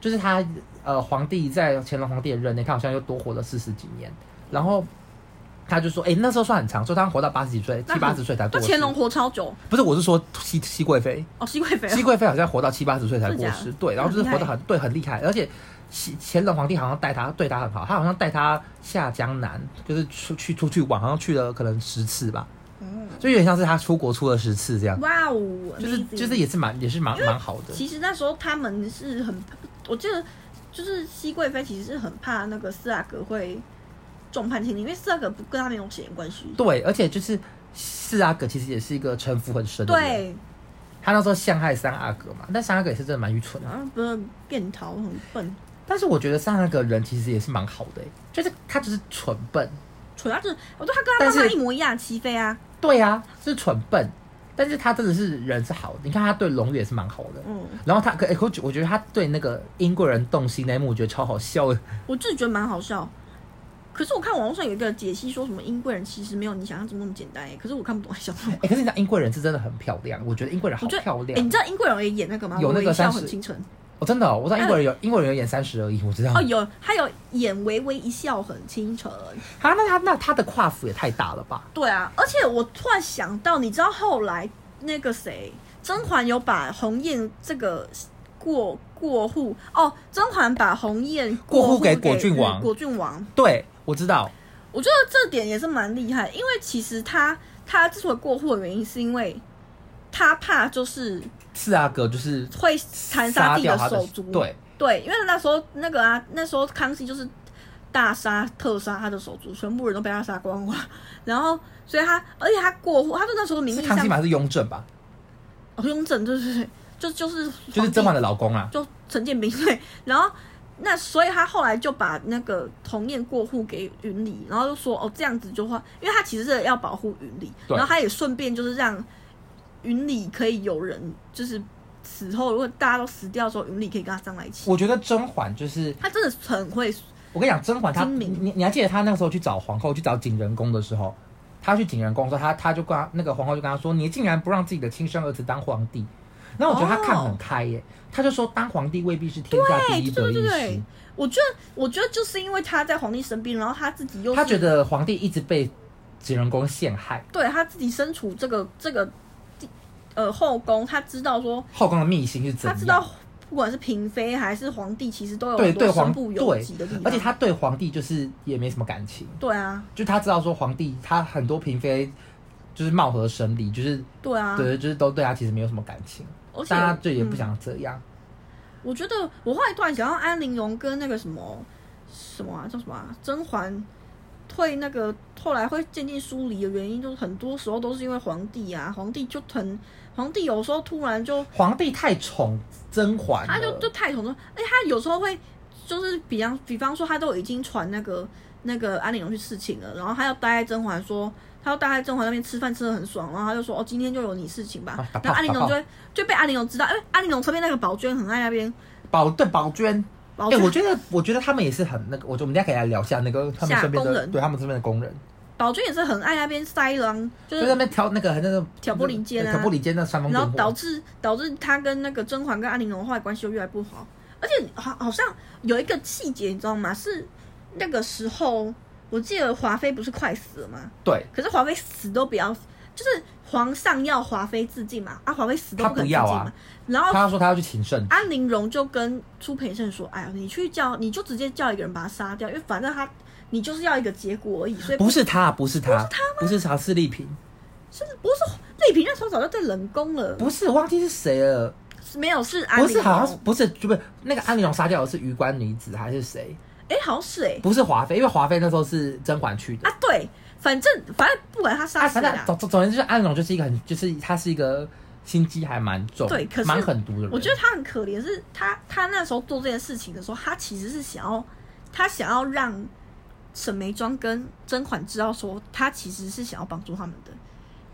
[SPEAKER 1] 就是她呃皇帝在乾隆皇帝的任内，她好像又多活了四十几年，然后。她就说：“哎、那时候算很长，说她活到八十几岁，
[SPEAKER 2] 那
[SPEAKER 1] 七八十岁才
[SPEAKER 2] 那
[SPEAKER 1] 过世。
[SPEAKER 2] 乾隆活超久
[SPEAKER 1] 不是，我是说熹熹贵妃，
[SPEAKER 2] 哦，熹贵妃
[SPEAKER 1] 熹
[SPEAKER 2] 哦，
[SPEAKER 1] 贵妃好像活到七八十岁才
[SPEAKER 2] 真的
[SPEAKER 1] 过
[SPEAKER 2] 假的
[SPEAKER 1] 世，对，然后就是活得很对很厉害，而且乾乾隆皇帝好像带她对她很好，他好像带她下江南，就是出去出去玩，好像去了可能十次吧，
[SPEAKER 2] 嗯
[SPEAKER 1] 就有点像是他出国出了十次这样，
[SPEAKER 2] 哇哦，
[SPEAKER 1] 就是就是
[SPEAKER 2] amazing
[SPEAKER 1] 也是蛮也是蛮蛮好的，
[SPEAKER 2] 其实那时候他们是很，我记得就是熹贵妃其实是很怕那个四阿哥会众叛亲离，因为四阿哥不跟他没有血缘关系。
[SPEAKER 1] 对，而且就是四阿哥其实也是一个城府很深的人，
[SPEAKER 2] 对，
[SPEAKER 1] 他那时候陷害三阿哥嘛，但三阿哥也是真的蛮愚蠢的，
[SPEAKER 2] 然后不是变桃很笨，
[SPEAKER 1] 但是我觉得三阿哥人其实也是蛮好的、欸就是他只是蠢笨，
[SPEAKER 2] 主要就是我对他跟他
[SPEAKER 1] 但
[SPEAKER 2] 妈妈
[SPEAKER 1] 是
[SPEAKER 2] 一模一样，齐妃啊，
[SPEAKER 1] 对啊，是蠢笨，但是他真的是人是好的，你看他对龙宇也是蛮好的。
[SPEAKER 2] 嗯，
[SPEAKER 1] 然后他可、欸、可我觉我觉得他对那个英国人动心那一幕，我觉得超好笑的。
[SPEAKER 2] 我自己觉得蛮好笑。可是我看网络上有一个解析说什么英贵人其实没有你想象中那么简单哎、可是我看不懂在想什么。
[SPEAKER 1] 哎、可是你知道英国人是真的很漂亮，我觉得英国人好
[SPEAKER 2] 我觉得
[SPEAKER 1] 漂
[SPEAKER 2] 哎、
[SPEAKER 1] 亮。
[SPEAKER 2] 你知道英贵人也演那个吗？
[SPEAKER 1] 有那个
[SPEAKER 2] 我微笑
[SPEAKER 1] 三十
[SPEAKER 2] 很倾城
[SPEAKER 1] 我真的、哦，我知道英国人有、英国人有演三十而已，我知道。
[SPEAKER 2] 呃哦，有他有演微微一笑很倾城。
[SPEAKER 1] 他那他那他的跨幅也太大了吧？
[SPEAKER 2] 对啊，而且我突然想到，你知道后来那个谁，甄嬛有把鸿雁这个过过户哦，甄嬛把鸿雁
[SPEAKER 1] 过户
[SPEAKER 2] 给
[SPEAKER 1] 给果郡王
[SPEAKER 2] 果郡王
[SPEAKER 1] 对，我知道。
[SPEAKER 2] 我觉得这点也是蛮厉害，因为其实他他之所以过户的原因，是因为他怕就是
[SPEAKER 1] 四阿哥啊就是
[SPEAKER 2] 会残杀自己
[SPEAKER 1] 掉他
[SPEAKER 2] 手足。
[SPEAKER 1] 对，
[SPEAKER 2] 对，因为那时候那个啊，那时候康熙就是大杀特杀他的手足，全部人都被他杀光光。然后，所以他而且他过户，他就那时候名
[SPEAKER 1] 是
[SPEAKER 2] 义
[SPEAKER 1] 康熙
[SPEAKER 2] 上
[SPEAKER 1] 嘛还是雍正吧？
[SPEAKER 2] 哦雍正就是就就是
[SPEAKER 1] 就是
[SPEAKER 2] 皇帝
[SPEAKER 1] 甄嬛的老公啊。
[SPEAKER 2] 就陈建斌对，然后那所以他后来就把那个鸿雁过户给云里，然后就说哦这样子就话，因为他其实是要保护云里，
[SPEAKER 1] 对
[SPEAKER 2] 然后他也顺便就是让云里可以有人就是死后如果大家都死掉的时候，云里可以跟他葬在一起。
[SPEAKER 1] 我觉得甄嬛就是，
[SPEAKER 2] 他真的很会，
[SPEAKER 1] 我跟你讲，甄嬛她，
[SPEAKER 2] 精
[SPEAKER 1] 你
[SPEAKER 2] 明
[SPEAKER 1] 你还记得她那个时候去找皇后去找景仁宫的时候，她去景仁宫的时候，她她就跟她那个皇后就跟她说，你竟然不让自己的亲生儿子当皇帝。那我觉得她看很开耶，她就说当皇帝未必是天下
[SPEAKER 2] 对
[SPEAKER 1] 第一得
[SPEAKER 2] 对对
[SPEAKER 1] 意
[SPEAKER 2] 对
[SPEAKER 1] 师，，
[SPEAKER 2] 我觉得我觉得就是因为他在皇帝身边，然后他自己又是
[SPEAKER 1] 她觉得皇帝一直被景仁宫陷害，
[SPEAKER 2] 对他自己身处这个这个地呃后宫，他知道说
[SPEAKER 1] 后宫的秘辛是怎
[SPEAKER 2] 他
[SPEAKER 1] 样？
[SPEAKER 2] 知道，不管是嫔妃还是皇帝，其实都有
[SPEAKER 1] 对
[SPEAKER 2] 很
[SPEAKER 1] 对
[SPEAKER 2] 多
[SPEAKER 1] 皇
[SPEAKER 2] 身不由
[SPEAKER 1] 对
[SPEAKER 2] 己的地方。，
[SPEAKER 1] 而且她对皇帝就是也没什么感情，
[SPEAKER 2] 对啊，
[SPEAKER 1] 就她知道说皇帝她很多嫔妃就是貌合神离，就是
[SPEAKER 2] 对啊，
[SPEAKER 1] 对，就是都对她其实没有什么感情。
[SPEAKER 2] 而且
[SPEAKER 1] 大家就也不、
[SPEAKER 2] 嗯
[SPEAKER 1] 想这样。
[SPEAKER 2] 我觉得我后来突然想到安陵容跟那个什么什么啊，叫什么啊，甄嬛退那个后来会渐渐疏离的原因，就是很多时候都是因为皇帝啊，皇帝就很皇帝有时候突然就
[SPEAKER 1] 皇帝太宠甄嬛了，
[SPEAKER 2] 嗯他就就太宠了，哎，他有时候会就是比方比方说他都已经传那个那个安陵容去刺青了，然后他要待在甄嬛说。他要待在甄嬛那边吃饭吃的很爽，然后他就说哦，今天就有你事情吧
[SPEAKER 1] 啊。打炮
[SPEAKER 2] 然后安陵容
[SPEAKER 1] 打炮
[SPEAKER 2] 就会就被安陵容知道，因为安陵容侧边那个宝娟很爱那边
[SPEAKER 1] 宝对宝娟。
[SPEAKER 2] 宝
[SPEAKER 1] 哎、
[SPEAKER 2] 娟
[SPEAKER 1] 我觉得，我觉得他们也是很那个，我觉得我们大家可以来聊一下那个他们
[SPEAKER 2] 下
[SPEAKER 1] 身边
[SPEAKER 2] 工
[SPEAKER 1] 的，
[SPEAKER 2] 人
[SPEAKER 1] 对他们身边的工人，
[SPEAKER 2] 宝娟也是很爱那边塞狼，
[SPEAKER 1] 就
[SPEAKER 2] 就
[SPEAKER 1] 是在那边挑那个那个
[SPEAKER 2] 挑拨离间啊
[SPEAKER 1] 挑拨离间那煽风
[SPEAKER 2] 然
[SPEAKER 1] 点
[SPEAKER 2] 后导
[SPEAKER 1] 火，
[SPEAKER 2] 致导致他跟那个甄嬛跟安陵容后来关系就越来越不好，而且好好像有一个细节你知道吗？是那个时候我记得华妃不是快死了吗？
[SPEAKER 1] 对
[SPEAKER 2] 可是华妃死都不要，就是皇上要华妃自尽嘛，啊华妃死都肯自尽
[SPEAKER 1] 她不要
[SPEAKER 2] 嘛，
[SPEAKER 1] 啊
[SPEAKER 2] 然后
[SPEAKER 1] 他说他要去请圣，
[SPEAKER 2] 安陵容就跟朱培盛说：“哎呀，你去叫你就直接叫一个人把他杀掉，因为反正他你就是要一个结果而已，所以
[SPEAKER 1] 不是他，不是他，不是他，是丽萍，
[SPEAKER 2] 是不是丽萍那时候早就在冷宫了，
[SPEAKER 1] 不是忘记是谁了，
[SPEAKER 2] 没有是安
[SPEAKER 1] 不
[SPEAKER 2] 陵
[SPEAKER 1] 是好像是
[SPEAKER 2] 容
[SPEAKER 1] 不是就不是那个安陵容杀掉的是榆关女子还是谁？
[SPEAKER 2] 哎、好像是哎、
[SPEAKER 1] 不是华妃，因为华妃那时候是甄嬛去的。
[SPEAKER 2] 啊，对，反正反正不管他杀
[SPEAKER 1] 啊，
[SPEAKER 2] 谁
[SPEAKER 1] 反正
[SPEAKER 2] 啦，
[SPEAKER 1] 总总总而言之，安陵容就是一个很，就是她是一个心机还蛮重，
[SPEAKER 2] 对可是
[SPEAKER 1] 蛮狠毒的人。
[SPEAKER 2] 我觉得他很可怜，是他他那时候做这件事情的时候，他其实是想要他想要让沈眉庄跟甄嬛知道说，他其实是想要帮助他们的，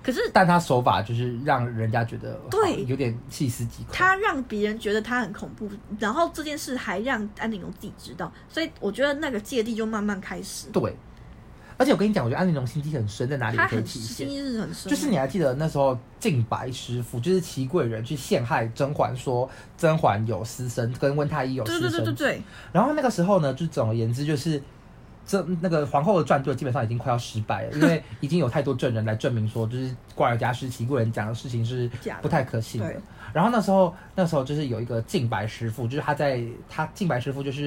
[SPEAKER 2] 可是
[SPEAKER 1] 但他手法就是让人家觉得
[SPEAKER 2] 对
[SPEAKER 1] 好有点细思极恐。
[SPEAKER 2] 他让别人觉得他很恐怖，然后这件事还让安陵容自己知道，所以我觉得那个芥蒂就慢慢开始，
[SPEAKER 1] 对，而且我跟你讲，我觉得安陵容心机很深，在哪里
[SPEAKER 2] 他
[SPEAKER 1] 可以
[SPEAKER 2] 很
[SPEAKER 1] 体现
[SPEAKER 2] 心？意是很深，
[SPEAKER 1] 就是你还记得那时候靖白师傅，就是祺贵人去陷害甄嬛，说甄嬛有私生，跟温太医有私
[SPEAKER 2] 对
[SPEAKER 1] 生。
[SPEAKER 2] 对对对对，
[SPEAKER 1] 然后那个时候呢，就总而言之就是。这那个皇后的传对基本上已经快要失败了，因 为已经有太多证人来证明说，就是瓜尔佳氏、祺贵人讲的事情是
[SPEAKER 2] 假的
[SPEAKER 1] 不太可信的
[SPEAKER 2] 对。
[SPEAKER 1] 然后那时候，那时候就是有一个净白师傅，就是他在他净白师傅就是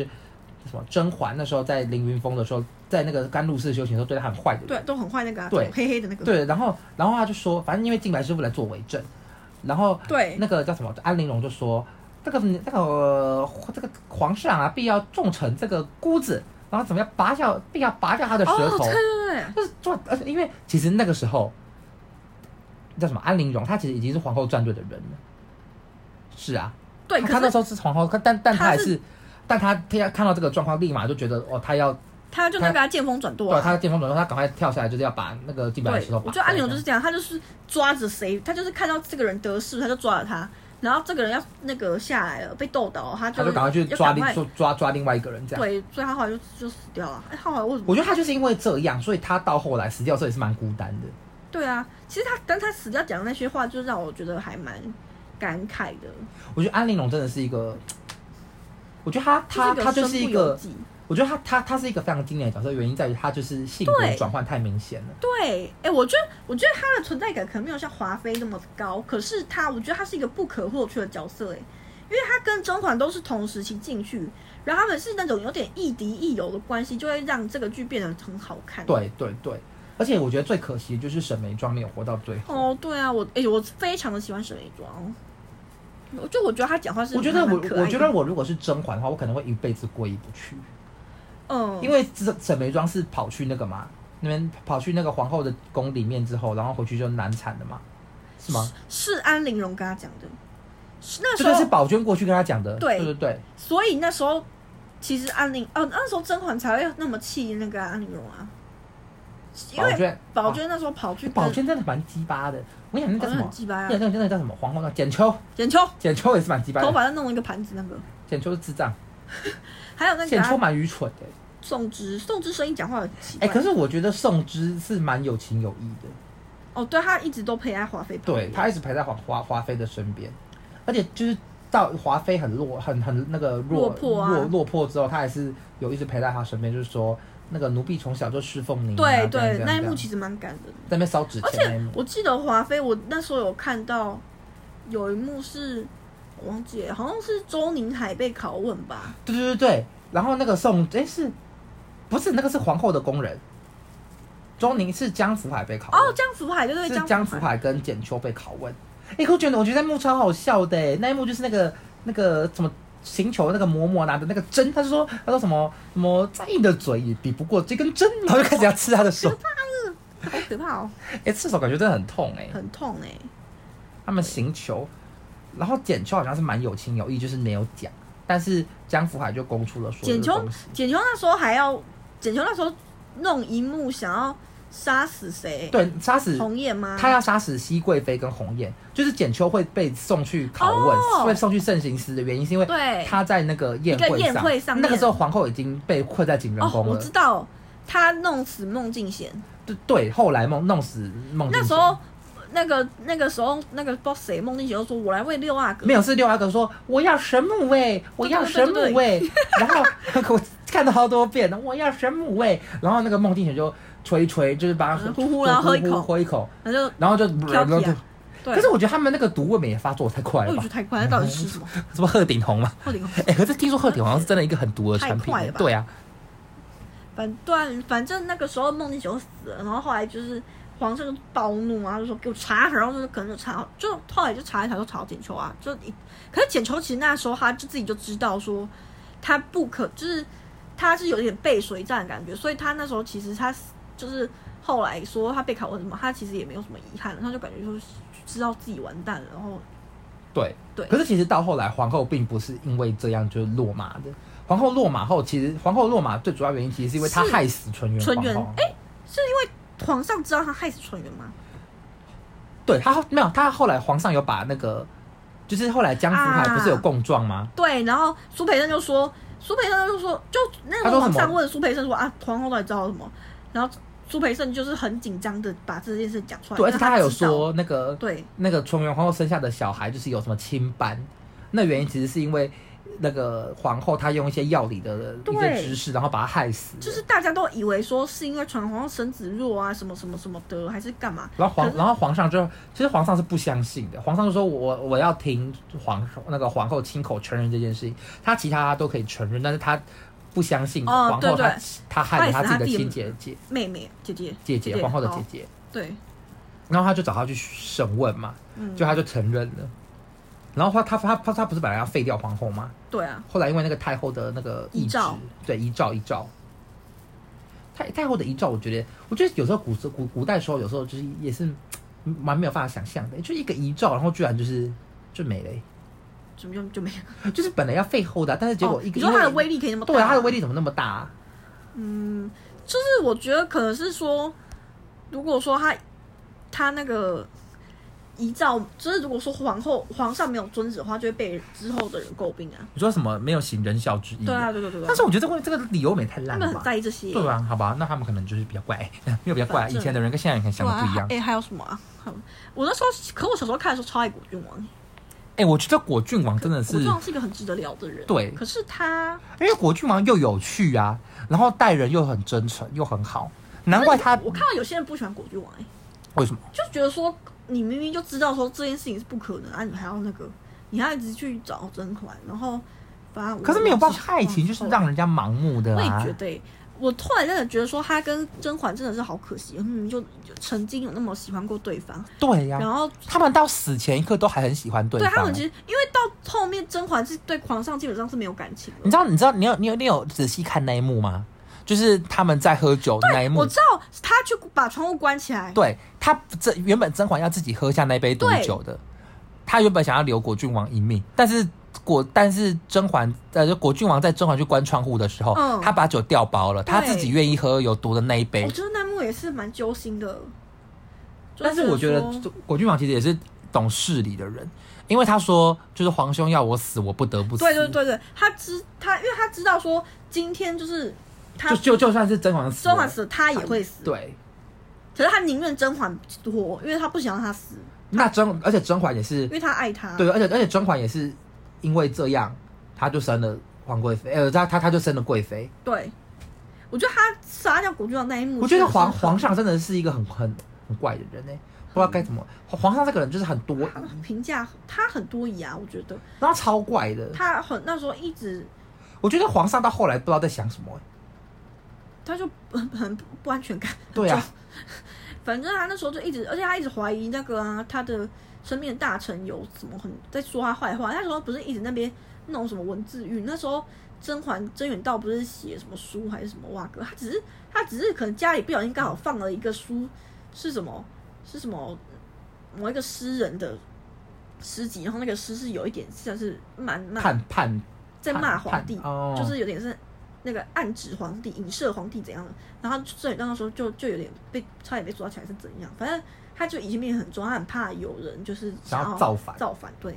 [SPEAKER 1] 什么甄嬛那时候在凌云峰的时候，在那个甘露寺修行的时候对他很坏的人，
[SPEAKER 2] 对都很坏那个、啊，
[SPEAKER 1] 对
[SPEAKER 2] 黑黑的那个，
[SPEAKER 1] 对，然后然后他就说，反正因为净白师傅来做伪证，然后
[SPEAKER 2] 对
[SPEAKER 1] 那个叫什么安陵容就说，这个那个、呃这个皇上啊，必要重惩这个姑子，然后怎么样拔掉，必要拔掉他的舌
[SPEAKER 2] 哦，
[SPEAKER 1] 头，
[SPEAKER 2] 对对对。
[SPEAKER 1] 就是做，而且因为其实那个时候叫什么安陵容，她其实已经是皇后战队的人了，是啊，
[SPEAKER 2] 对，
[SPEAKER 1] 她她
[SPEAKER 2] 可
[SPEAKER 1] 那
[SPEAKER 2] 是
[SPEAKER 1] 时候是皇后，但但她
[SPEAKER 2] 她
[SPEAKER 1] 还
[SPEAKER 2] 是
[SPEAKER 1] 是。但她她要看到这个状况，立马就觉得哦，她要
[SPEAKER 2] 他就那个啊见风转舵
[SPEAKER 1] 对
[SPEAKER 2] 啊。
[SPEAKER 1] 她巅峰转头，她赶快跳下来，就是要把那个金白的
[SPEAKER 2] 对，
[SPEAKER 1] 石头
[SPEAKER 2] 我
[SPEAKER 1] 拔
[SPEAKER 2] 觉
[SPEAKER 1] 掉。
[SPEAKER 2] 得安柳就是这样，他就是抓着谁，他就是看到这个人得势，他就抓了他，然后这个人要那个下来了，被斗倒，他就
[SPEAKER 1] 他就赶快去
[SPEAKER 2] 要
[SPEAKER 1] 抓
[SPEAKER 2] 赶
[SPEAKER 1] 另
[SPEAKER 2] 快
[SPEAKER 1] 抓抓抓另外一个人这样。
[SPEAKER 2] 对，所以他后来就就死掉了。哎，后来为什么
[SPEAKER 1] 我？觉得他就是因为这样，所以他到后来死掉的时候也是蛮孤单的。
[SPEAKER 2] 对啊，其实他但他死掉讲的那些话，就让我觉得还蛮感慨的。
[SPEAKER 1] 我觉得安陵容真的是一个，我觉得他他他就是
[SPEAKER 2] 一
[SPEAKER 1] 一
[SPEAKER 2] 个
[SPEAKER 1] 个
[SPEAKER 2] 身不由己，
[SPEAKER 1] 我觉得他他他是一个非常经典的角色，原因在于他就是性格
[SPEAKER 2] 对
[SPEAKER 1] 转换太明显了。
[SPEAKER 2] 对，哎、我觉得我觉得他的存在感可能没有像华妃那么高，可是他，我觉得他是一个不可或缺的角色、哎，因为他跟甄嬛都是同时期进去，然后他们是那种有点亦敌亦友的关系，就会让这个剧变得很好看。，
[SPEAKER 1] 对对对，而且我觉得最可惜的就是沈眉庄没有活到最后。
[SPEAKER 2] 哦，对啊，我哎、我非常的喜欢沈眉庄，我就我觉得他讲话是
[SPEAKER 1] 我觉得我
[SPEAKER 2] 蛮可爱的
[SPEAKER 1] 我觉得我如果是甄嬛的话，我可能会一辈子过意不去，
[SPEAKER 2] 嗯，
[SPEAKER 1] 因为这沈眉庄是跑去那个嘛，那边跑去那个皇后的宫里面之后，然后回去就难产的嘛，是吗？
[SPEAKER 2] 是安陵容跟他讲的，是那
[SPEAKER 1] 这
[SPEAKER 2] 时候
[SPEAKER 1] 个是宝娟过去跟他讲的，
[SPEAKER 2] 对
[SPEAKER 1] 对对对，
[SPEAKER 2] 所以那时候其实安陵，哦，那时候甄嬛才会那么气那个安陵容啊，因
[SPEAKER 1] 宝
[SPEAKER 2] 为
[SPEAKER 1] 娟，
[SPEAKER 2] 宝娟那时候跑去
[SPEAKER 1] 啊，
[SPEAKER 2] 跟
[SPEAKER 1] 宝娟真的蛮鸡巴的。我跟你
[SPEAKER 2] 宝
[SPEAKER 1] 讲，那叫什
[SPEAKER 2] 娟很
[SPEAKER 1] 么？
[SPEAKER 2] 鸡巴
[SPEAKER 1] 那
[SPEAKER 2] 啊
[SPEAKER 1] 个，那个那个叫什么？皇后那简秋，
[SPEAKER 2] 简秋
[SPEAKER 1] 简秋也是蛮鸡巴
[SPEAKER 2] 头
[SPEAKER 1] 的，
[SPEAKER 2] 发再弄一个盘子那个，
[SPEAKER 1] 简秋是智障，
[SPEAKER 2] 还有那个
[SPEAKER 1] 简秋
[SPEAKER 2] 啊
[SPEAKER 1] 蛮愚蠢的。
[SPEAKER 2] 宋芝，宋芝声音讲话很奇怪。
[SPEAKER 1] 哎，可是我觉得宋芝是蛮有情有义的，
[SPEAKER 2] 哦，对他一直都陪在华妃旁
[SPEAKER 1] 对
[SPEAKER 2] 边，
[SPEAKER 1] 她一直陪在华华华妃的身边，而且就是到华妃很落很很那个弱
[SPEAKER 2] 落魄啊
[SPEAKER 1] 落落魄之后，她还是有一直陪在她身边，就是说那个奴婢从小就侍奉您啊，
[SPEAKER 2] 对
[SPEAKER 1] 这样这
[SPEAKER 2] 对，
[SPEAKER 1] 样
[SPEAKER 2] 那一
[SPEAKER 1] 这
[SPEAKER 2] 幕
[SPEAKER 1] 样
[SPEAKER 2] 其实蛮感人的。
[SPEAKER 1] 在那边烧纸
[SPEAKER 2] 而
[SPEAKER 1] 钱那一
[SPEAKER 2] 且
[SPEAKER 1] 幕，
[SPEAKER 2] 我记得华妃，我那时候有看到有一幕是，我忘记了，好像是周宁海被拷问吧？
[SPEAKER 1] 对对对对，然后那个宋哎是，不是那个是皇后的工人，周宁是江福海被拷
[SPEAKER 2] 哦，
[SPEAKER 1] 问，
[SPEAKER 2] 江福海，对对，
[SPEAKER 1] 是
[SPEAKER 2] 江
[SPEAKER 1] 江福海跟简秋被拷问。哎、可我觉得我觉得那幕超好笑的哎，那一幕就是那个那个什么星球那个嬷嬷拿的那个针，他就说他说什么什么再硬的嘴也比不过这根针，然后就开始要吃他的 手，
[SPEAKER 2] 好可怕哦，
[SPEAKER 1] 哎、刺手感觉真的很痛哎、
[SPEAKER 2] 很痛哎、
[SPEAKER 1] 他们行球，然后捡球好像是蛮有情有义，就是没有讲，但是江福海就攻出了所有
[SPEAKER 2] 简
[SPEAKER 1] 的
[SPEAKER 2] 秋
[SPEAKER 1] 东西，，
[SPEAKER 2] 简秋那时候还要，简秋那时候弄一幕想要杀死谁？，
[SPEAKER 1] 对，杀死
[SPEAKER 2] 红叶吗？
[SPEAKER 1] 他要杀死熹贵妃跟红颜，就是简秋会被送去拷问，
[SPEAKER 2] 哦
[SPEAKER 1] 会送去慎刑司的原因是因为
[SPEAKER 2] 对
[SPEAKER 1] 他在那个宴
[SPEAKER 2] 一
[SPEAKER 1] 会
[SPEAKER 2] 个
[SPEAKER 1] 上，
[SPEAKER 2] 宴会上面
[SPEAKER 1] 那个时候皇后已经被困在景仁
[SPEAKER 2] 哦，
[SPEAKER 1] 宫
[SPEAKER 2] 我
[SPEAKER 1] 了
[SPEAKER 2] 知，道，他弄死孟敬贤。
[SPEAKER 1] 对对，后来梦弄死孟静
[SPEAKER 2] 那
[SPEAKER 1] 娴
[SPEAKER 2] 时候，那个那个时候，那个不知道谁孟敬贤就说：“我来喂六阿哥。”
[SPEAKER 1] 没有是六阿哥说我要神母位，我要神母位， 然后 我看到好多遍，我要神母位，然后那个孟静雪就吹一吹，就是把它
[SPEAKER 2] 嗯呼呼然后喝一口
[SPEAKER 1] 喝一口，
[SPEAKER 2] 他就
[SPEAKER 1] 然后就
[SPEAKER 2] 挑剔啊对。
[SPEAKER 1] 可是我觉得他们那个毒未免也发作得太快
[SPEAKER 2] 哎
[SPEAKER 1] 了
[SPEAKER 2] 我
[SPEAKER 1] 吧
[SPEAKER 2] 觉得？太快，那到底 是什么？
[SPEAKER 1] 什么鹤顶红嘛？
[SPEAKER 2] 到底
[SPEAKER 1] 哎、可是听说鹤顶好像是真的一个很毒的产
[SPEAKER 2] 太
[SPEAKER 1] 品
[SPEAKER 2] 快了，吧
[SPEAKER 1] 对啊，
[SPEAKER 2] 反断，反正那个时候孟敬九死了，然后后来就是皇上就暴怒啊，就说给我查，然后就是可能就查，就后来就查一查，就查到简秋啊，就一，可是简秋其实那时候他就自己就知道说他不可，就是他是有点背水一战的感觉，所以他那时候其实他就是后来说他被考问什么，他其实也没有什么遗憾了，他就感觉就是知道自己完蛋了，然后
[SPEAKER 1] 对
[SPEAKER 2] 对
[SPEAKER 1] 可是其实到后来，皇后并不是因为这样就落马的。皇后落马后，其实皇后落马最主要原因其实是因为她
[SPEAKER 2] 是
[SPEAKER 1] 害死纯元
[SPEAKER 2] 纯
[SPEAKER 1] 皇
[SPEAKER 2] 元
[SPEAKER 1] 后。
[SPEAKER 2] 哎、是因为皇上知道他害死纯元吗？
[SPEAKER 1] 对他后没有，他后来皇上有把那个，就是后来江福海
[SPEAKER 2] 啊
[SPEAKER 1] 不是有供状吗？
[SPEAKER 2] 对，然后苏培盛就说，苏培盛就说，就那
[SPEAKER 1] 他
[SPEAKER 2] 个
[SPEAKER 1] 说什
[SPEAKER 2] 皇
[SPEAKER 1] 么
[SPEAKER 2] 上问苏培盛说啊，皇后到底知道什么？然后苏培盛就是很紧张的把这件事讲出来，
[SPEAKER 1] 对，而
[SPEAKER 2] 因
[SPEAKER 1] 且
[SPEAKER 2] 为
[SPEAKER 1] 他还有
[SPEAKER 2] 啊知道，
[SPEAKER 1] 说那个
[SPEAKER 2] 对，
[SPEAKER 1] 那个纯元皇后生下的小孩就是有什么亲斑，那原因其实是因为那个皇后她用一些药理的一些
[SPEAKER 2] 对
[SPEAKER 1] 知识，然后把他害死了。
[SPEAKER 2] 就是大家都以为说是因为传皇后生子弱啊，什么什么什么的，还是干嘛？
[SPEAKER 1] 然后
[SPEAKER 2] 可
[SPEAKER 1] 皇，
[SPEAKER 2] 是
[SPEAKER 1] 然后皇上就，其实皇上是不相信的。皇上就说我：“我要听皇那个皇后亲口承认这件事情，他其他都可以承认，但是他不相信
[SPEAKER 2] 哦
[SPEAKER 1] 皇后她、
[SPEAKER 2] 对对
[SPEAKER 1] 她害了她
[SPEAKER 2] 害死
[SPEAKER 1] 自己
[SPEAKER 2] 她
[SPEAKER 1] 的
[SPEAKER 2] 弟
[SPEAKER 1] 亲
[SPEAKER 2] 妹
[SPEAKER 1] 姐姐
[SPEAKER 2] 妹妹姐姐
[SPEAKER 1] 姐姐皇后的姐，
[SPEAKER 2] 哦
[SPEAKER 1] 姐，
[SPEAKER 2] 对，
[SPEAKER 1] 然后他就找他去审问嘛，
[SPEAKER 2] 嗯，
[SPEAKER 1] 就他就承认了。然后他他他他他不是本来要废掉皇后吗？
[SPEAKER 2] 对啊，
[SPEAKER 1] 后来因为那个太后的那个意
[SPEAKER 2] 遗
[SPEAKER 1] 志
[SPEAKER 2] 诏，
[SPEAKER 1] 对遗诏遗诏，太太后的遗诏，我觉得我觉得有时候古时古古代时候有时候就是也是嗯蛮没有办法想象的，就一个遗诏，然后居然就是就没了欸、
[SPEAKER 2] 怎么就就没了？就是
[SPEAKER 1] 就是本来要废后的啊、但是结果一个、
[SPEAKER 2] 哦你说它的
[SPEAKER 1] 因为
[SPEAKER 2] 威力可以那么大？
[SPEAKER 1] 对啊，它的威力怎么那么大啊、
[SPEAKER 2] 嗯，就是我觉得可能是说，如果说他他那个遗诏，就是如果说皇后皇上没有遵旨的话，就会被之后的人诟病啊。
[SPEAKER 1] 你说什么没有行人孝之意？
[SPEAKER 2] 对啊，。对对对对啊。
[SPEAKER 1] 嗯但是我觉得这个这个理由也没太
[SPEAKER 2] 他
[SPEAKER 1] 烂了
[SPEAKER 2] 们很
[SPEAKER 1] 吧？
[SPEAKER 2] 在意这些。
[SPEAKER 1] 对啊，好吧，那他们可能就是比较怪， 没有比较怪，啊
[SPEAKER 2] 反
[SPEAKER 1] 以
[SPEAKER 2] 正
[SPEAKER 1] 前的人跟现在人可能
[SPEAKER 2] 对
[SPEAKER 1] 想的
[SPEAKER 2] 啊，
[SPEAKER 1] 不一样。
[SPEAKER 2] 哎、还有什么啊？还有我那时候，可我小时候看的时候超爱果郡王，
[SPEAKER 1] 哎、我觉得果郡王真的
[SPEAKER 2] 果
[SPEAKER 1] 是
[SPEAKER 2] 郡王是一个很值得聊的人。
[SPEAKER 1] 对
[SPEAKER 2] 可是他
[SPEAKER 1] 因为果郡王又有趣啊，然后待人又很真诚，又很好，难怪他
[SPEAKER 2] 我看到有些人不喜欢果郡王、哎，
[SPEAKER 1] 为什么？
[SPEAKER 2] 就是觉得说你明明就知道说这件事情是不可能啊，你还要那个，你还要一直去找甄嬛，然后反正我
[SPEAKER 1] 可是没有办法，爱情
[SPEAKER 2] 嗯
[SPEAKER 1] 就是让人家盲目的
[SPEAKER 2] 我也
[SPEAKER 1] 啊
[SPEAKER 2] 觉。得欸、我突然真的觉得说他跟甄嬛真的是好可惜，嗯，就就曾经有那么喜欢过对方，
[SPEAKER 1] 对呀、
[SPEAKER 2] 然后
[SPEAKER 1] 他们到死前一刻都还很喜欢对
[SPEAKER 2] 对
[SPEAKER 1] 方。哎
[SPEAKER 2] 他们其实因为到后面甄嬛是对皇上基本上是没有感情
[SPEAKER 1] 你
[SPEAKER 2] 了。
[SPEAKER 1] 知道，你知道，你有你有你有仔细看那一幕吗？就是他们在喝酒那一幕
[SPEAKER 2] 我，知道他去把窗户关起来，
[SPEAKER 1] 对他这原本甄嬛要自己喝下那杯毒酒的，他原本想要留果郡王一命，但是果但是甄嬛呃就果郡王在甄嬛去关窗户的时候，
[SPEAKER 2] 嗯
[SPEAKER 1] 他把酒调包了，他
[SPEAKER 2] 对
[SPEAKER 1] 自己愿意喝有毒的那一杯
[SPEAKER 2] 我，觉得那幕也哦是蛮揪心的。就
[SPEAKER 1] 但是我觉得
[SPEAKER 2] 说
[SPEAKER 1] 这果郡王其实也是懂事理的人，因为他说就是皇兄要我死，我不得不死。
[SPEAKER 2] 对对，对对，他知他，因为他知道说今天就是他
[SPEAKER 1] 就就就算是甄嬛死了，
[SPEAKER 2] 甄嬛死了，他也会死。，
[SPEAKER 1] 对，
[SPEAKER 2] 可是他宁愿甄嬛活，因为他不想让他死，
[SPEAKER 1] 那甄而且甄嬛也是
[SPEAKER 2] 因为他爱他。
[SPEAKER 1] 对，而且而且甄嬛也是因为这样，她就生了皇贵妃，呃，她她她就生了贵妃。
[SPEAKER 2] 对我觉得他杀掉果郡王那一幕，
[SPEAKER 1] 我觉得
[SPEAKER 2] 真的是
[SPEAKER 1] 皇
[SPEAKER 2] 很
[SPEAKER 1] 皇上真的是一个很很很怪的人呢、欸不知道该怎么。皇上这个人就是很多疑，
[SPEAKER 2] 他评价他很多疑啊，我觉得
[SPEAKER 1] 然后超怪的。
[SPEAKER 2] 他很那时候一直
[SPEAKER 1] 我觉得皇上到后来不知道在想什么欸、
[SPEAKER 2] 他就很很不安全感。
[SPEAKER 1] 对啊，
[SPEAKER 2] 反正他那时候就一直，而且他一直怀疑那个啊，他的身边的大臣有什么很在说他坏话。那时候不是一直那边那种什么文字狱。那时候甄嬛甄远道不是写什么书还是什么哇哥，他只是他只是可能家里不小心刚好放了一个书，是什么是什么某一个诗人的诗集，然后那个诗是有一点像是蛮蛮
[SPEAKER 1] 判判
[SPEAKER 2] 在骂皇帝
[SPEAKER 1] 判，哦
[SPEAKER 2] 就是有点是那个暗指皇帝、影射皇帝怎样的。然后郑宇刚那时候就就有点被差点被抓起来是怎样，反正他就已经变得很重，他很怕有人就是
[SPEAKER 1] 想要
[SPEAKER 2] 要
[SPEAKER 1] 造反
[SPEAKER 2] 造反，对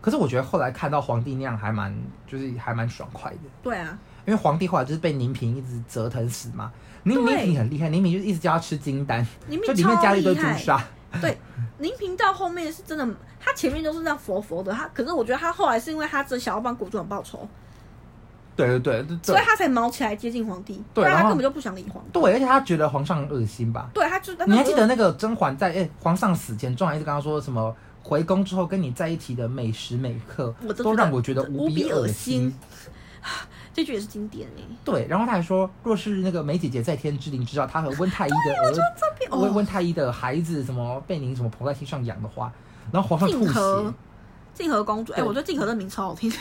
[SPEAKER 1] 可是我觉得后来看到皇帝那样还蛮，就是还蛮爽快的，
[SPEAKER 2] 对啊，
[SPEAKER 1] 因为皇帝后来就是被宁嫔一直折腾死嘛。宁宁
[SPEAKER 2] 对
[SPEAKER 1] 嫔很厉害，宁嫔就是一直叫他吃金丹，
[SPEAKER 2] 宁
[SPEAKER 1] 就
[SPEAKER 2] 嫔
[SPEAKER 1] 里面加
[SPEAKER 2] 超
[SPEAKER 1] 了一堆
[SPEAKER 2] 厉
[SPEAKER 1] 朱
[SPEAKER 2] 害。
[SPEAKER 1] 砂，
[SPEAKER 2] 对，宁嫔到后面是真的，她前面都是这样佛佛的，她可是我觉得她后来是因为她只想要帮国主王报仇，
[SPEAKER 1] 对对对对
[SPEAKER 2] 所以
[SPEAKER 1] 对，
[SPEAKER 2] 她才毛起来接近皇帝，不
[SPEAKER 1] 对
[SPEAKER 2] 然
[SPEAKER 1] 然后
[SPEAKER 2] 她根本就不想理皇帝。
[SPEAKER 1] 对，而且他觉得皇上恶心吧？
[SPEAKER 2] 对，她就
[SPEAKER 1] 你还记得那个甄嬛在哎、皇上死前，甄嬛一直跟他说什么？回宫之后跟你在一起的每时每刻
[SPEAKER 2] 我，都
[SPEAKER 1] 都
[SPEAKER 2] 觉得
[SPEAKER 1] 让我觉得
[SPEAKER 2] 无比
[SPEAKER 1] 比
[SPEAKER 2] 恶
[SPEAKER 1] 恶
[SPEAKER 2] 心。这句也是经典哎、
[SPEAKER 1] 对，然后他还说，若是那个梅姐姐在天之灵知道她和温太医的儿，
[SPEAKER 2] 哦
[SPEAKER 1] 温温太医的孩子什么被您什么捧在心上养的话，然后皇上吐
[SPEAKER 2] 静和
[SPEAKER 1] 血，
[SPEAKER 2] 静和公主，哎、
[SPEAKER 1] 对
[SPEAKER 2] 我觉得静和这名超好听。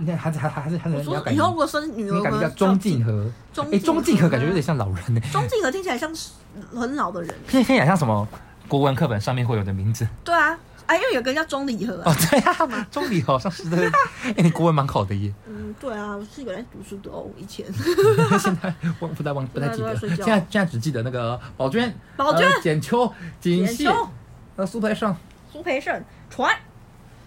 [SPEAKER 1] 你看还是还还还是还
[SPEAKER 2] 我
[SPEAKER 1] 是
[SPEAKER 2] 说
[SPEAKER 1] 要改
[SPEAKER 2] 以
[SPEAKER 1] 名，
[SPEAKER 2] 后如果生女
[SPEAKER 1] 你
[SPEAKER 2] 儿，我
[SPEAKER 1] 改名
[SPEAKER 2] 们
[SPEAKER 1] 叫钟静和，
[SPEAKER 2] 钟
[SPEAKER 1] 哎，
[SPEAKER 2] 静
[SPEAKER 1] 钟静和
[SPEAKER 2] 和
[SPEAKER 1] 感觉有点像老人呢，
[SPEAKER 2] 钟静和听起来像是很老的人。
[SPEAKER 1] 听听起来像什么国文课本上面会有的 名字
[SPEAKER 2] 对啊，哎，因为有个人叫钟离和、啊。
[SPEAKER 1] 哦，对啊，钟离好像是对， 哎，你国文蛮好的耶。
[SPEAKER 2] 嗯，对啊，我是有在读书的哦，以前。
[SPEAKER 1] 现在忘不太忘不太记得，
[SPEAKER 2] 现在都在睡
[SPEAKER 1] 现
[SPEAKER 2] 觉
[SPEAKER 1] 在现在只记得那个宝娟、
[SPEAKER 2] 宝娟
[SPEAKER 1] 呃简秋、锦
[SPEAKER 2] 简
[SPEAKER 1] 溪
[SPEAKER 2] 秋、
[SPEAKER 1] 呃苏培盛，
[SPEAKER 2] 苏培盛、传，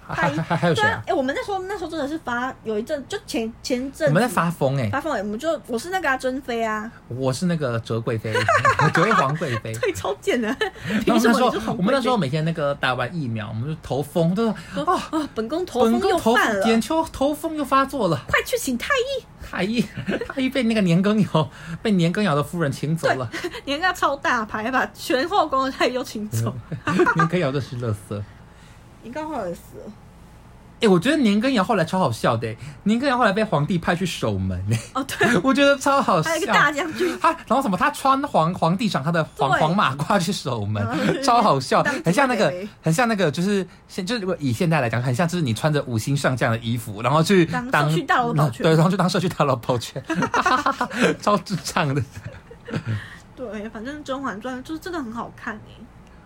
[SPEAKER 1] 还还还还有谁
[SPEAKER 2] 对啊
[SPEAKER 1] 啊？？
[SPEAKER 2] 哎、我们那时候那时候真的是发有一阵，就前前阵
[SPEAKER 1] 我
[SPEAKER 2] 子
[SPEAKER 1] 们在发疯哎、
[SPEAKER 2] 发疯、哎，我们就我是那个啊，珍妃啊，
[SPEAKER 1] 我是那个哲贵妃， 我哲皇贵妃。
[SPEAKER 2] 对，超贱的。
[SPEAKER 1] 然
[SPEAKER 2] 凭
[SPEAKER 1] 后
[SPEAKER 2] 什
[SPEAKER 1] 哎 那时
[SPEAKER 2] 么
[SPEAKER 1] 候
[SPEAKER 2] 你是红贵妃？
[SPEAKER 1] 我们那时候每天那个打完疫苗，我们就头风，就是哦，
[SPEAKER 2] 啊，本宫头
[SPEAKER 1] 本
[SPEAKER 2] 风
[SPEAKER 1] 宫
[SPEAKER 2] 又
[SPEAKER 1] 头
[SPEAKER 2] 犯了，
[SPEAKER 1] 简秋头风又发作了，
[SPEAKER 2] 快去请太医，
[SPEAKER 1] 太医 太医被那个年羹尧被年羹尧的夫人请走了，
[SPEAKER 2] 年糕超大牌，把全后宫的太医都请走。
[SPEAKER 1] 年羹尧真是乐色。
[SPEAKER 2] 年糕后来也死了。
[SPEAKER 1] 哎、我觉得年羹尧后来超好笑的、欸，年羹尧后来被皇帝派去守门、 欸，
[SPEAKER 2] 哦，对，
[SPEAKER 1] 我觉得超好笑。
[SPEAKER 2] 还有一个大将军，
[SPEAKER 1] 他，然后什么？他穿黄皇帝赏他的黄
[SPEAKER 2] 对
[SPEAKER 1] 黄马褂去守门
[SPEAKER 2] 嗯，
[SPEAKER 1] 超好笑
[SPEAKER 2] 当，
[SPEAKER 1] 很像那
[SPEAKER 2] 警
[SPEAKER 1] 个
[SPEAKER 2] 卫，
[SPEAKER 1] 很像那个，就是现就是如果以现代来讲，很像就是你穿着五星上将的衣服，然后去
[SPEAKER 2] 当
[SPEAKER 1] 当嗯
[SPEAKER 2] 社区大楼保全
[SPEAKER 1] 对，然后去当社区大楼保 全，超智障的。
[SPEAKER 2] 对，反正《甄嬛传》就是真的很好看哎、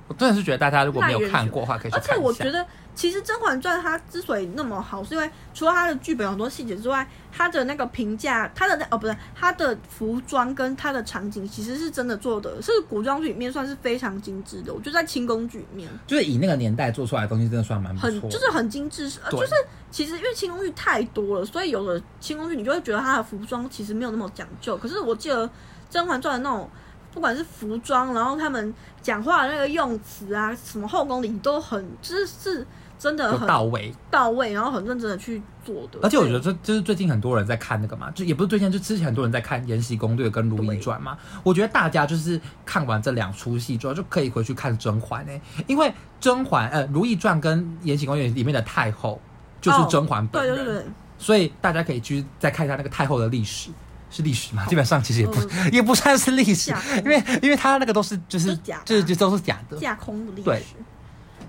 [SPEAKER 1] 我真的是觉得大家如果没有看过的话，可以去
[SPEAKER 2] 而且
[SPEAKER 1] 看
[SPEAKER 2] 我
[SPEAKER 1] 一下
[SPEAKER 2] 觉。得，其实《甄嬛传》它之所以那么好，是因为除了它的剧本有很多细节之外，它的那个评价，它的那哦不是它的服装跟它的场景，其实是真的做的是古装剧里面算是非常精致的。我觉得在清宫剧里面
[SPEAKER 1] 就是以那个年代做出来的东西，真的算蛮不
[SPEAKER 2] 很
[SPEAKER 1] 错。
[SPEAKER 2] 就是很精致，是呃
[SPEAKER 1] 对
[SPEAKER 2] 就是其实因为清宫剧太多了，所以有的清宫剧你就会觉得它的服装其实没有那么讲究。可是我记得《甄嬛传》的那种，不管是服装，然后他们讲话的那个用词啊，什么后宫里都很，就是是真的
[SPEAKER 1] 有
[SPEAKER 2] 很
[SPEAKER 1] 到位，
[SPEAKER 2] 到位，然后很认真的去做的。
[SPEAKER 1] 而且我觉得这就是最近很多人在看那个嘛，就也不是最近，就之前很多人在看《延禧攻略》跟《如懿传》嘛。我觉得大家就是看完这两出戏之后，就可以回去看《甄嬛》哎，因为《甄嬛》呃，《如懿传》跟《延禧攻略》里面的太后就是甄嬛
[SPEAKER 2] 对
[SPEAKER 1] 本人，
[SPEAKER 2] 哦对对对，
[SPEAKER 1] 所以大家可以去再看一下那个太后的历史。是历史嘛？基本上其实也不、
[SPEAKER 2] 哦嗯
[SPEAKER 1] 也不算是历史
[SPEAKER 2] 假，
[SPEAKER 1] 因为因为他那个都是就是
[SPEAKER 2] 都是假的
[SPEAKER 1] 就是都是假的。
[SPEAKER 2] 架空的历
[SPEAKER 1] 对
[SPEAKER 2] 史，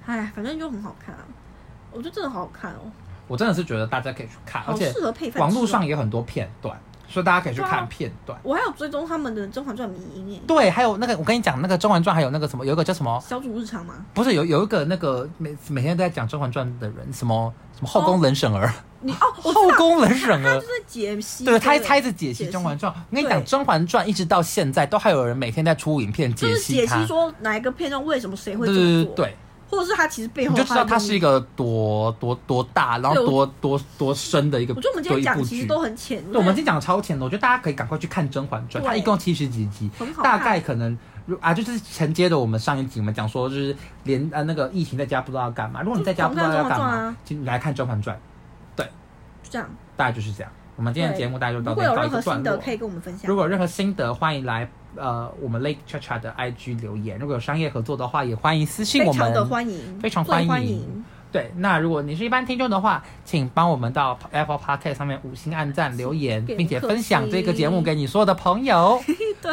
[SPEAKER 2] 哎，反正就很好看、啊，我觉得真的好好看哦，
[SPEAKER 1] 我真的是觉得大家可以去看，而
[SPEAKER 2] 好
[SPEAKER 1] 且
[SPEAKER 2] 适合配饭吃哦。
[SPEAKER 1] 网络上也有很多片段，所以大家可以去
[SPEAKER 2] 对啊
[SPEAKER 1] 看片段。
[SPEAKER 2] 我还有追踪他们的《甄嬛传》迷音诶，
[SPEAKER 1] 对，还有那个，我跟你讲，那个《甄嬛传》还有那个什么，有一个叫什么？
[SPEAKER 2] 小主日常吗？
[SPEAKER 1] 不是有有一个那个每每天都在讲《甄嬛传》的人，什么什么后宫冷沈 儿，
[SPEAKER 2] 你哦，我知
[SPEAKER 1] 后
[SPEAKER 2] 道
[SPEAKER 1] 宫冷沈
[SPEAKER 2] 他
[SPEAKER 1] 儿
[SPEAKER 2] 就，是解析，
[SPEAKER 1] 对，他他一直解析
[SPEAKER 2] 解析
[SPEAKER 1] 《甄嬛传》。我跟你讲，《
[SPEAKER 2] 对
[SPEAKER 1] 甄嬛传》一直到现在都还有人每天在出影片
[SPEAKER 2] 就是
[SPEAKER 1] 析
[SPEAKER 2] 解
[SPEAKER 1] 它
[SPEAKER 2] 析，说哪一个片段为什么谁会
[SPEAKER 1] 对
[SPEAKER 2] 这么
[SPEAKER 1] 对
[SPEAKER 2] 做，
[SPEAKER 1] 对，对，
[SPEAKER 2] 或者是他其实背
[SPEAKER 1] 你
[SPEAKER 2] 后
[SPEAKER 1] 就知道
[SPEAKER 2] 他
[SPEAKER 1] 它是一
[SPEAKER 2] 个。
[SPEAKER 1] 个多多多大，然后
[SPEAKER 2] 对我
[SPEAKER 1] 多多多深的一个，
[SPEAKER 2] 我觉得我们今
[SPEAKER 1] 多
[SPEAKER 2] 天
[SPEAKER 1] 一
[SPEAKER 2] 讲
[SPEAKER 1] 部
[SPEAKER 2] 其
[SPEAKER 1] 剧
[SPEAKER 2] 实都很浅，
[SPEAKER 1] 对，我们今天讲的超前的，我觉得大家可以赶快去看《甄嬛传》，它
[SPEAKER 2] 对
[SPEAKER 1] 一共七十几集
[SPEAKER 2] 很，好看
[SPEAKER 1] 大概可能如啊，就是承接着我们上一集我们讲说，就是连呃那个疫情在家不知道要干嘛，如果你在家不知道要
[SPEAKER 2] 就
[SPEAKER 1] 干
[SPEAKER 2] 狂看甄嬛传
[SPEAKER 1] 嘛
[SPEAKER 2] 啊，
[SPEAKER 1] 请你来看《甄嬛传》，
[SPEAKER 2] 就这样。
[SPEAKER 1] 大概就是这样。我们今天的
[SPEAKER 2] 对
[SPEAKER 1] 节目大概就到
[SPEAKER 2] 如
[SPEAKER 1] 这
[SPEAKER 2] 果
[SPEAKER 1] 里
[SPEAKER 2] 有
[SPEAKER 1] 告一
[SPEAKER 2] 任
[SPEAKER 1] 个
[SPEAKER 2] 何
[SPEAKER 1] 段
[SPEAKER 2] 心得
[SPEAKER 1] 落。
[SPEAKER 2] 可以跟我们分享
[SPEAKER 1] 如。果有任何心得，欢迎来呃我们 Lake Cha Cha 的 IG 留言。如果有商业合作的话，也欢迎私信
[SPEAKER 2] 非
[SPEAKER 1] 我
[SPEAKER 2] 常
[SPEAKER 1] 们。
[SPEAKER 2] 的欢迎，
[SPEAKER 1] 非常
[SPEAKER 2] 最
[SPEAKER 1] 欢迎
[SPEAKER 2] 迎，
[SPEAKER 1] 对，那如果你是一般听众的话，请帮我们到 Apple Podcast 上面五星按赞、留言，
[SPEAKER 2] 给
[SPEAKER 1] 并且
[SPEAKER 2] 颗
[SPEAKER 1] 分享这个节目
[SPEAKER 2] 星
[SPEAKER 1] 给你所有的朋友。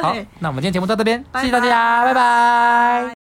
[SPEAKER 1] 好
[SPEAKER 2] 对，，
[SPEAKER 1] 那我们今天节目到这边，谢谢大
[SPEAKER 2] 拜拜
[SPEAKER 1] 家，拜拜。